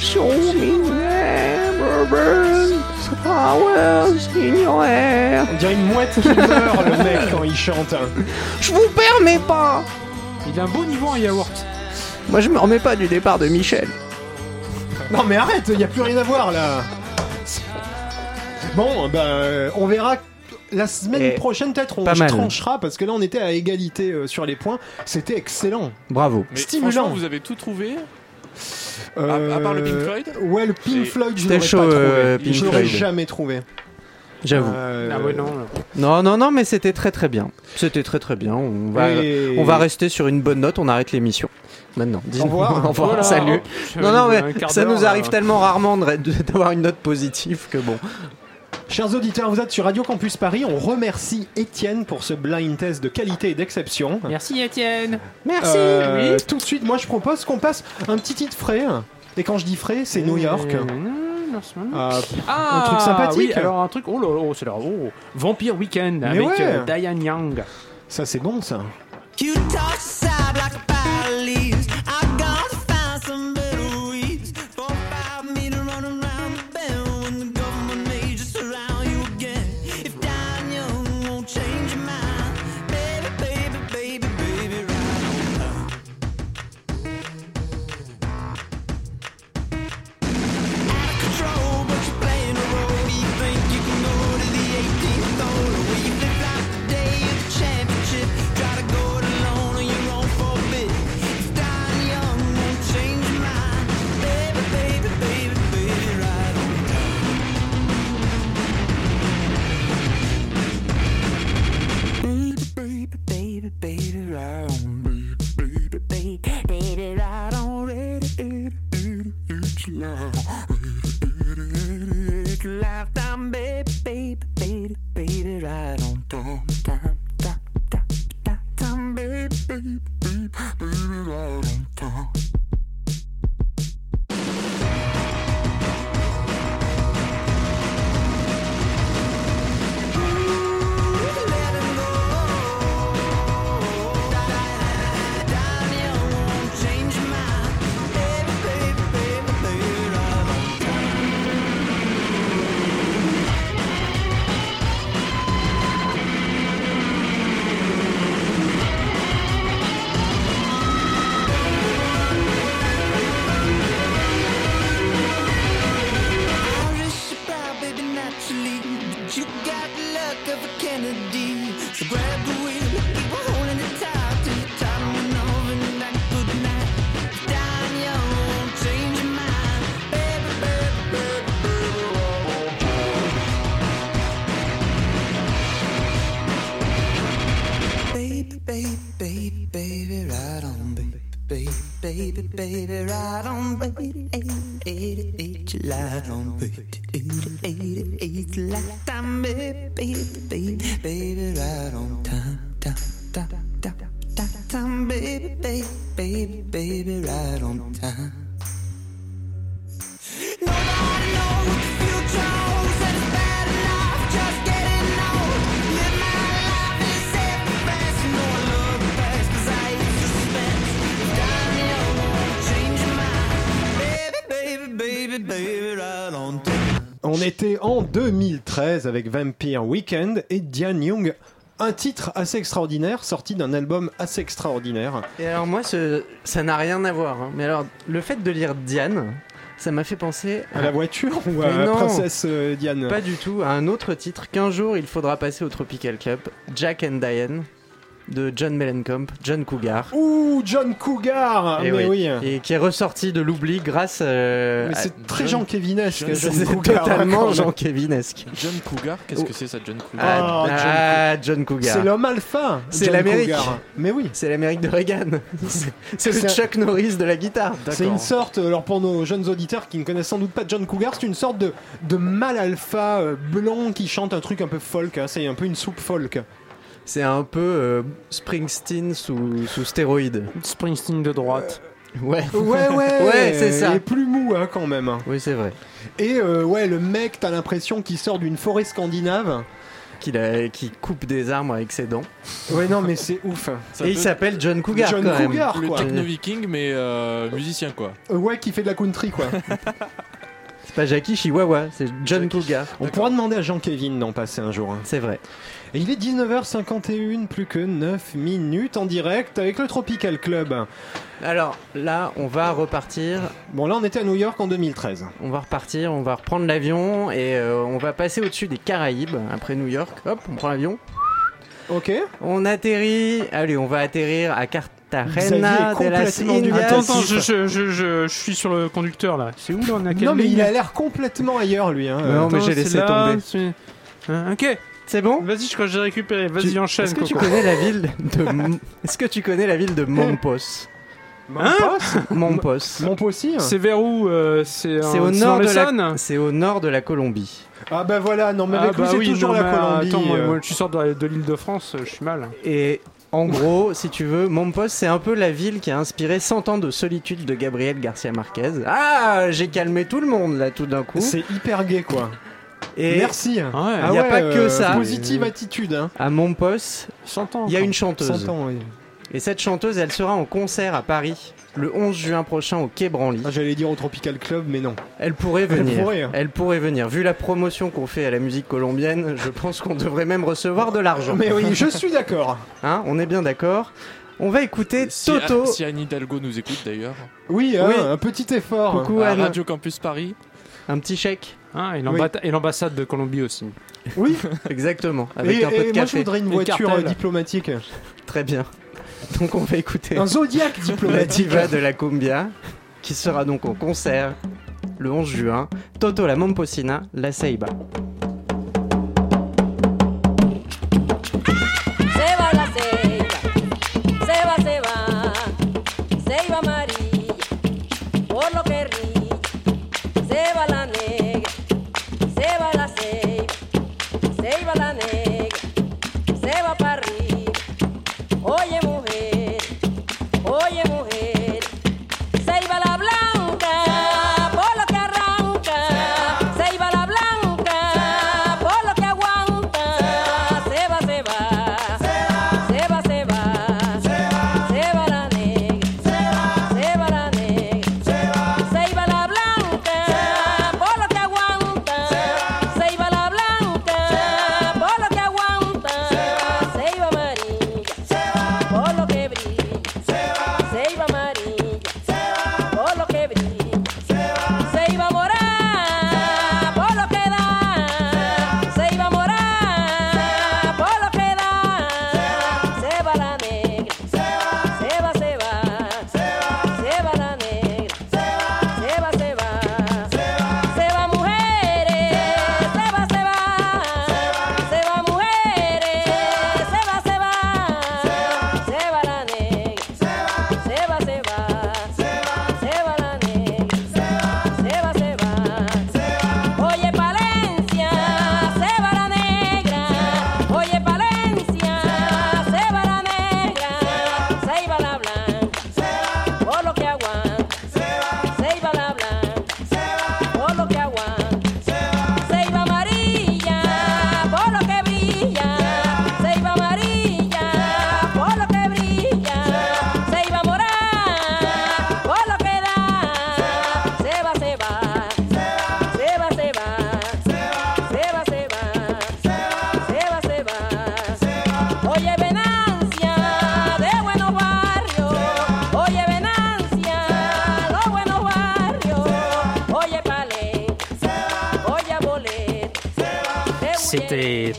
[SPEAKER 4] Show me never burn flowers in your hair.
[SPEAKER 2] On dirait une mouette qui meurt, le mec, quand il chante.
[SPEAKER 4] Je vous permets pas
[SPEAKER 6] Il a un beau niveau en yaourt.
[SPEAKER 4] Moi je me remets pas du départ de Michel.
[SPEAKER 2] Non, mais arrête, il a plus rien à voir là. Bon, bah, euh, on verra. La semaine
[SPEAKER 4] Eh,
[SPEAKER 2] prochaine, peut-être, on
[SPEAKER 4] pas mal.
[SPEAKER 2] tranchera parce que là, on était à égalité euh, sur les points. C'était excellent.
[SPEAKER 4] Bravo.
[SPEAKER 5] Mais
[SPEAKER 2] Stimulant.
[SPEAKER 5] franchement, vous avez tout trouvé. À- à part le Pink Floyd
[SPEAKER 2] Euh, Ouais, le Pink
[SPEAKER 5] C'est-
[SPEAKER 2] Floyd, je
[SPEAKER 4] C'était
[SPEAKER 2] l'aurais
[SPEAKER 4] chaud,
[SPEAKER 2] pas
[SPEAKER 4] euh,
[SPEAKER 2] trouvé.
[SPEAKER 4] Pink
[SPEAKER 2] je l'aurais
[SPEAKER 4] Floyd.
[SPEAKER 2] jamais trouvé.
[SPEAKER 4] J'avoue.
[SPEAKER 2] Euh,
[SPEAKER 6] Ah ouais, non. là.
[SPEAKER 4] Non, non, non, mais c'était très très bien. C'était très très bien. On va,
[SPEAKER 2] Et-
[SPEAKER 4] bah, on va rester sur une bonne note, on arrête l'émission. Maintenant, dis
[SPEAKER 2] Au revoir.
[SPEAKER 4] Au revoir,
[SPEAKER 6] Voilà.
[SPEAKER 4] salut.
[SPEAKER 6] J'avais
[SPEAKER 4] Non, non, mais
[SPEAKER 6] un quart
[SPEAKER 4] ça
[SPEAKER 6] d'heure,
[SPEAKER 4] nous arrive
[SPEAKER 6] là.
[SPEAKER 4] tellement rarement de- de- d'avoir une note positive que bon.
[SPEAKER 2] Chers auditeurs, vous êtes sur Radio Campus Paris. On remercie Étienne pour ce blind test de qualité et d'exception.
[SPEAKER 6] Merci Étienne.
[SPEAKER 4] Merci.
[SPEAKER 2] Euh, Tout de suite, moi, je propose qu'on passe un petit titre frais. Et quand je dis frais, c'est New York.
[SPEAKER 4] Euh.
[SPEAKER 2] Euh,
[SPEAKER 6] Ah,
[SPEAKER 2] truc sympathique.
[SPEAKER 6] Oui, alors un truc. Oh là là, oh, c'est là. Oh, Vampire Weekend
[SPEAKER 2] Mais
[SPEAKER 6] avec
[SPEAKER 2] ouais.
[SPEAKER 6] euh, Diane Yang.
[SPEAKER 2] ça, c'est bon, ça.
[SPEAKER 7] You toss aside like fire leaves. I gotta find some better weeds. Four, five meter run around the bend when the government may just surround you again. If dying young won't change your mind, baby, baby, baby, baby, right on down. Out of control, but you're playing a role. You think you can go to the 18th hole, where you flip flop the day of the championship. Try to go it alone, or you're on forbid. If dying young won't change your mind, baby, baby, baby, baby, right on down. Baby, baby, baby, baby, right on. Baby, baby, baby, baby, right on. Ready, ready, ready, it's love. It's lifetime, baby, baby, baby, baby, right on. Dum, dum, dum, dum, dum, dum, baby, baby, baby, baby, right on. Dum. Ooh, let 'em go. Da, da, da. baby, baby, baby, ride on, baby, baby, baby, baby, ride on, baby, eighty eight light on, baby, eighty eight light on, baby, baby, baby, baby, ride on, time, time, time, time, time, time, baby, baby, baby, baby, ride on, time.
[SPEAKER 2] On était en 2013 avec Vampire Weekend et Diane Young. Un titre assez extraordinaire, sorti d'un album assez extraordinaire.
[SPEAKER 4] Et alors moi, ce- ça n'a rien à voir. hein. Mais alors, le fait de lire Diane, ça m'a fait penser
[SPEAKER 2] À Ah, la voiture ou à
[SPEAKER 4] Mais non.
[SPEAKER 2] Princesse euh, Diane
[SPEAKER 4] Pas du tout, à un autre titre qu'un jour il faudra passer au Tropical Club, Jack and Diane de John Mellencamp, John Cougar.
[SPEAKER 2] Ouh, John Cougar
[SPEAKER 4] Et
[SPEAKER 2] Ah, Mais oui,
[SPEAKER 4] Et qui est ressorti de l'oubli grâce euh, à.
[SPEAKER 2] Mais c'est très John Kevinesque, John
[SPEAKER 4] C'est
[SPEAKER 2] Cougar, quand
[SPEAKER 4] totalement
[SPEAKER 2] même.
[SPEAKER 4] Jean Kevinesque.
[SPEAKER 5] John Cougar, qu'est-ce que c'est ça, John Cougar
[SPEAKER 4] Ah,
[SPEAKER 5] John
[SPEAKER 4] ah, John Cougar.
[SPEAKER 2] C'est l'homme alpha
[SPEAKER 4] C'est
[SPEAKER 2] John
[SPEAKER 4] l'Amérique.
[SPEAKER 2] Cougar. Mais oui.
[SPEAKER 4] C'est l'Amérique de Reagan. C'est- C'est le
[SPEAKER 2] C'est un-
[SPEAKER 4] Chuck Norris de la guitare.
[SPEAKER 2] C'est une sorte, euh, alors pour nos jeunes auditeurs qui ne connaissent sans doute pas John Cougar, c'est une sorte de, de mal alpha euh, blond qui chante un truc un peu folk, hein, c'est un peu une soupe folk.
[SPEAKER 4] C'est un peu euh, Springsteen sous, sous stéroïde.
[SPEAKER 6] Springsteen de droite.
[SPEAKER 4] ouais.
[SPEAKER 2] Ouais, ouais,
[SPEAKER 4] ouais, c'est ça.
[SPEAKER 2] Et plus mou hein, quand même.
[SPEAKER 4] Oui, c'est vrai.
[SPEAKER 2] Et euh, ouais, le mec, t'as l'impression qu'il sort d'une forêt scandinave.
[SPEAKER 4] Qu'il a- qui coupe des arbres avec ses dents.
[SPEAKER 2] Ouais, non, mais c'est ouf.
[SPEAKER 4] Et il s'appelle John Cougar.
[SPEAKER 2] John
[SPEAKER 4] quand même.
[SPEAKER 2] Cougar,
[SPEAKER 5] Le
[SPEAKER 2] quoi.
[SPEAKER 5] techno-viking, mais euh, musicien, quoi.
[SPEAKER 2] Euh, Ouais, qui fait de la country, quoi.
[SPEAKER 4] C'est pas Jackie Chihuahua, c'est John Cougar.
[SPEAKER 2] On pourra demander à Jean-Kévin d'en passer un jour. hein.
[SPEAKER 4] C'est vrai.
[SPEAKER 2] Et il est 19h51, plus que 9 minutes en direct avec le Tropical Club.
[SPEAKER 4] Alors là, on va repartir.
[SPEAKER 2] Bon, là, on était à New York en 2013.
[SPEAKER 4] On va repartir, on va reprendre l'avion et euh, on va passer au-dessus des Caraïbes après New York. Hop, on prend l'avion.
[SPEAKER 2] Ok.
[SPEAKER 4] On atterrit. Allez, on va atterrir à
[SPEAKER 2] Xavier
[SPEAKER 4] Cartagena
[SPEAKER 2] est
[SPEAKER 4] de las
[SPEAKER 2] complètement du
[SPEAKER 4] Indias.
[SPEAKER 2] Attends,
[SPEAKER 6] Attends, attends, je, je- je- je- je suis sur le conducteur là. C'est où là on a quelle
[SPEAKER 2] Non, mais
[SPEAKER 6] ligne Euh,
[SPEAKER 2] il a l'air complètement ailleurs, lui. hein.
[SPEAKER 4] Non, mais
[SPEAKER 6] Attends,
[SPEAKER 4] j'ai
[SPEAKER 6] c'est
[SPEAKER 4] laissé
[SPEAKER 6] là,
[SPEAKER 4] tomber.
[SPEAKER 6] c'est- Hein, ok,
[SPEAKER 4] C'est bon
[SPEAKER 6] vas-y, je crois que j'ai récupéré.
[SPEAKER 4] Tu-
[SPEAKER 6] Vas-y, enchaîne.
[SPEAKER 4] Est-ce que tu
[SPEAKER 6] Coco.
[SPEAKER 4] connais la ville de M- Est-ce que tu connais la ville de Mompos
[SPEAKER 2] Mampos
[SPEAKER 4] Hein Mompos.
[SPEAKER 2] Mampos aussi hein.
[SPEAKER 6] C'est vers où euh, C'est
[SPEAKER 4] C'est
[SPEAKER 6] en-
[SPEAKER 4] au
[SPEAKER 6] c'est
[SPEAKER 4] nord
[SPEAKER 6] dans
[SPEAKER 4] de
[SPEAKER 6] les
[SPEAKER 4] la
[SPEAKER 6] Saônes
[SPEAKER 4] c'est au nord de la Colombie.
[SPEAKER 2] Ah bah voilà, non mais avec
[SPEAKER 6] Ah, bah
[SPEAKER 2] lui c'est
[SPEAKER 6] oui,
[SPEAKER 2] toujours
[SPEAKER 6] non,
[SPEAKER 2] la
[SPEAKER 6] mais
[SPEAKER 2] Colombie.
[SPEAKER 6] Attends, moi,
[SPEAKER 2] euh.
[SPEAKER 6] moi, je suis sorti de, de l'île de France, euh, je suis mal.
[SPEAKER 4] Et en gros, si tu veux, Mompos, c'est un peu la ville qui a inspiré 100 ans de solitude de Gabriel Garcia Marquez. Ah, j'ai calmé tout le monde là tout d'un coup.
[SPEAKER 2] C'est hyper gay quoi.
[SPEAKER 4] Et
[SPEAKER 2] Merci. hein. Ah
[SPEAKER 4] y a pas que ça.
[SPEAKER 2] euh, Positive attitude. Hein.
[SPEAKER 4] à Mompos,
[SPEAKER 6] 100 ans.
[SPEAKER 4] il y a
[SPEAKER 6] quoi.
[SPEAKER 4] une chanteuse.
[SPEAKER 2] 100 ans, oui.
[SPEAKER 4] Et cette chanteuse, elle sera en concert à Paris le 11 juin prochain au Quai Branly.
[SPEAKER 2] Ah, J'allais dire au Tropical Club, mais non.
[SPEAKER 4] Elle pourrait
[SPEAKER 2] Elle
[SPEAKER 4] venir.
[SPEAKER 2] pourrait. hein.
[SPEAKER 4] Elle pourrait venir. Vu la promotion qu'on fait à la musique colombienne, je pense qu'on devrait même recevoir de l'argent.
[SPEAKER 2] Mais oui, je suis d'accord.
[SPEAKER 4] Hein, on est bien d'accord. On va écouter
[SPEAKER 5] Si,
[SPEAKER 4] Toto.
[SPEAKER 5] si Anne Hidalgo nous écoute d'ailleurs.
[SPEAKER 2] Oui, hein,
[SPEAKER 4] Oui.
[SPEAKER 2] un petit effort.
[SPEAKER 4] Coucou
[SPEAKER 5] À
[SPEAKER 4] Anne.
[SPEAKER 5] Radio Campus Paris.
[SPEAKER 4] Un petit chèque.
[SPEAKER 6] Ah, et l'ambata- et l'ambassade de Colombie aussi.
[SPEAKER 2] Oui,
[SPEAKER 4] Exactement. Avec
[SPEAKER 2] et,
[SPEAKER 4] un peu
[SPEAKER 2] et
[SPEAKER 4] de
[SPEAKER 2] moi je
[SPEAKER 4] café.
[SPEAKER 2] voudrais une
[SPEAKER 4] Et
[SPEAKER 2] voiture
[SPEAKER 4] cartel.
[SPEAKER 2] euh, diplomatique.
[SPEAKER 4] Très bien. Donc on va écouter
[SPEAKER 2] Un Zodiac
[SPEAKER 4] la
[SPEAKER 2] diplomatique.
[SPEAKER 4] diva de la cumbia, qui sera donc en concert le 11 juin. Toto la Momposina, la Seiba.
[SPEAKER 13] Se va la ceiba, se va, se va, ceiba amarilla, por lo que ríe, se va la negra, se va la ceiba, se va la negra, se va para arriba. Oye mujer, oye mujer, se iba la blanca, por lo que arranca, se iba la blanca,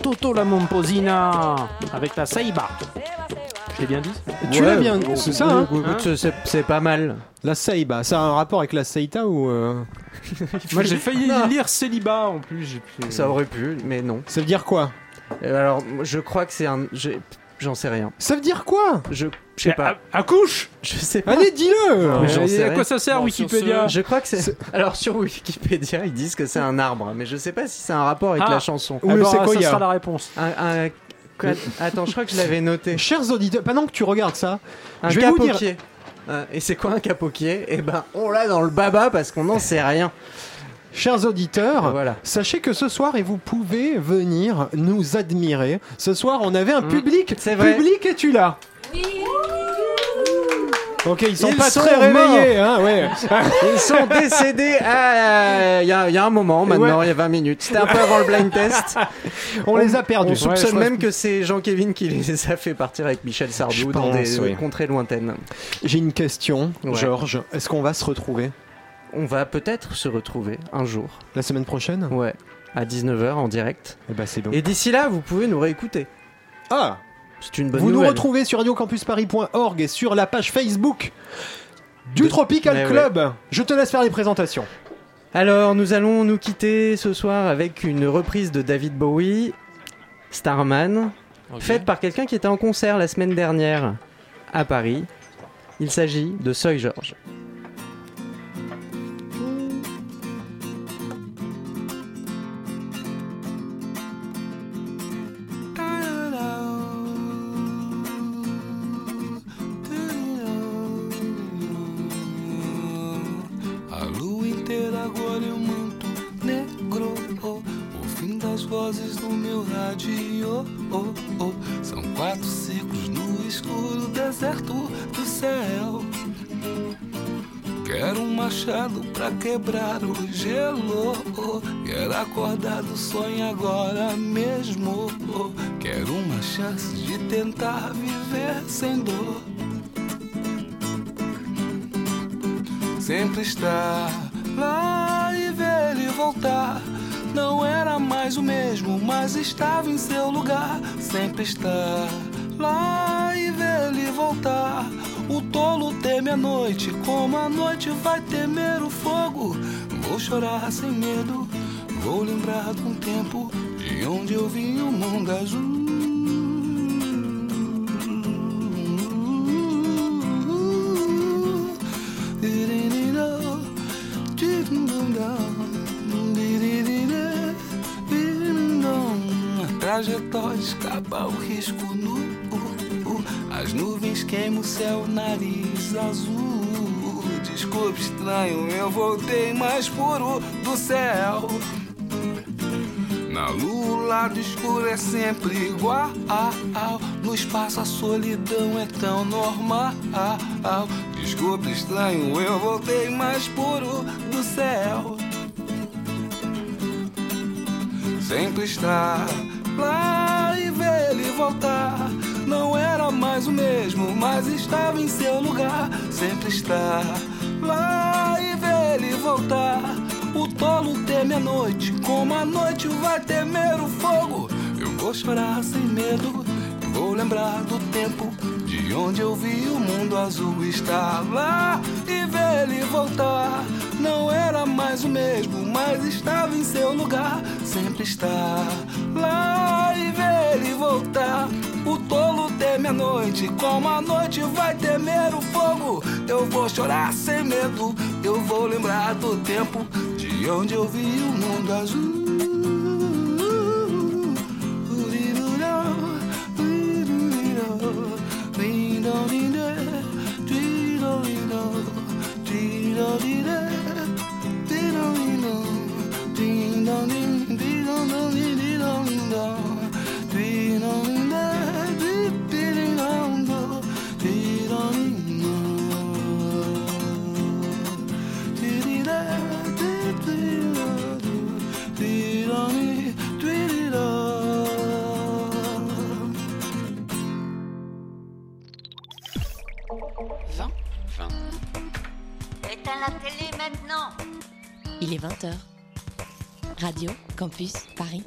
[SPEAKER 6] Toto la Momposina avec la Saïba. Je l'ai bien dit
[SPEAKER 2] Tu l'as bien, c'est ça. hein
[SPEAKER 4] c'est pas mal.
[SPEAKER 2] La Saïba, ça a un rapport avec la Saïta ou euh,
[SPEAKER 6] Moi j'ai failli lire célibat en plus. j'ai pu-
[SPEAKER 4] Ça aurait pu, mais non. Euh,
[SPEAKER 2] Ça veut dire quoi
[SPEAKER 4] Alors, moi, je crois que c'est un. j'ai- J'en sais rien.
[SPEAKER 2] Ça veut dire quoi
[SPEAKER 4] Je je
[SPEAKER 6] Ah, Eh,
[SPEAKER 4] sais pas.
[SPEAKER 6] Accouche
[SPEAKER 4] Je sais pas.
[SPEAKER 2] Allez, dis-le
[SPEAKER 4] Mais j'en sais
[SPEAKER 6] à
[SPEAKER 4] rien.
[SPEAKER 6] quoi ça sert
[SPEAKER 4] Bon, sur
[SPEAKER 6] Wikipédia
[SPEAKER 4] ce, Je crois que c'est. Alors sur Wikipédia, ils disent que c'est un arbre, mais je sais pas si c'est un rapport avec
[SPEAKER 6] Ah.
[SPEAKER 4] la chanson.
[SPEAKER 6] Ou le Alors, ça séquoia. sera la réponse.
[SPEAKER 4] Un, un- quoi- Attends, je crois que je l'avais noté.
[SPEAKER 2] Chers auditeurs, pendant que tu regardes ça,
[SPEAKER 4] Un
[SPEAKER 2] je vais vous dire.
[SPEAKER 4] capoquier. Euh, Et c'est quoi un capoquier Eh ben, on l'a dans le baba parce qu'on n'en sait rien.
[SPEAKER 2] Chers auditeurs,
[SPEAKER 4] Voilà.
[SPEAKER 2] sachez que ce soir, et vous pouvez venir nous admirer. Ce soir, on avait un public.
[SPEAKER 4] c'est vrai.
[SPEAKER 2] Public, es-tu là Ok, ils sont
[SPEAKER 4] Ils
[SPEAKER 2] pas
[SPEAKER 4] sont
[SPEAKER 2] très
[SPEAKER 4] morts.
[SPEAKER 2] réveillés, hein, ouais.
[SPEAKER 4] Ils sont décédés à- il y, a il y a un moment maintenant, il
[SPEAKER 2] Ouais.
[SPEAKER 4] y a 20 minutes. C'était un peu avant le blind test.
[SPEAKER 2] On les a perdus.
[SPEAKER 4] On
[SPEAKER 2] Ouais, je
[SPEAKER 4] soupçonne
[SPEAKER 2] pense-
[SPEAKER 4] même que c'est Jean-Kevin qui les a fait partir avec Michel Sardou
[SPEAKER 2] Je
[SPEAKER 4] dans
[SPEAKER 2] pense,
[SPEAKER 4] des
[SPEAKER 2] oui.
[SPEAKER 4] euh, contrées lointaines.
[SPEAKER 2] J'ai une question,
[SPEAKER 4] Ouais.
[SPEAKER 2] Georges. Est-ce qu'on va se retrouver
[SPEAKER 4] On va peut-être se retrouver un jour.
[SPEAKER 2] la semaine prochaine
[SPEAKER 4] Ouais. À 19h en direct.
[SPEAKER 2] Eh ben, c'est bon.
[SPEAKER 4] Et d'ici là, vous pouvez nous réécouter.
[SPEAKER 2] Ah
[SPEAKER 4] C'est une bonne
[SPEAKER 2] Vous nous
[SPEAKER 4] nouvelle.
[SPEAKER 2] retrouvez sur radiocampusparis.org et sur la page Facebook du Tropical
[SPEAKER 4] Mais ouais.
[SPEAKER 2] Club. Je te laisse faire les présentations.
[SPEAKER 4] Alors, nous allons nous quitter ce soir avec une reprise de David Bowie, Starman, faite par quelqu'un qui était en concert la semaine dernière à Paris. Il s'agit de Soy George.
[SPEAKER 14] A lua inteira agora eu manto negro. oh, ouvindo as vozes do meu rádio. oh, oh. São quatro ciclos no escuro deserto do céu. Quero um machado pra quebrar o gelo. oh. Quero acordar do sonho agora mesmo. oh. Quero uma chance de tentar viver sem dor. sempre estar lá e ver ele voltar. Não era mais o mesmo, mas estava em seu lugar. Sempre estar lá e ver ele voltar. O tolo teme a noite, como a noite vai temer o fogo. Vou chorar sem medo, vou lembrar de um tempo de onde eu vim o mundo azul. Trajetória escapa o risco nu. uh, As nuvens queimam o céu, nariz azul. Desculpe, estranho, eu voltei mais puro do céu. Na lua, o lado escuro é sempre igual. No espaço, a solidão é tão normal. Desculpe, estranho, eu voltei mais puro do céu. Sempre estar lá e ver ele voltar. Não era mais o mesmo, mas estava em seu lugar. Sempre estar lá e ver ele voltar. O tolo teme a noite, como a noite vai temer o fogo. Eu vou chorar sem medo, vou lembrar do tempo de onde eu vi o mundo azul estar lá e ver ele voltar. Não era mais o mesmo, mas estava em seu lugar. Sempre estar lá e ver ele voltar. O tolo teme a noite, como a noite vai temer o fogo. Eu vou chorar sem medo, eu vou lembrar do tempo de onde eu vi o mundo azul.
[SPEAKER 15] Éteins la télé maintenant
[SPEAKER 3] Il est 20h. Radio Campus Paris.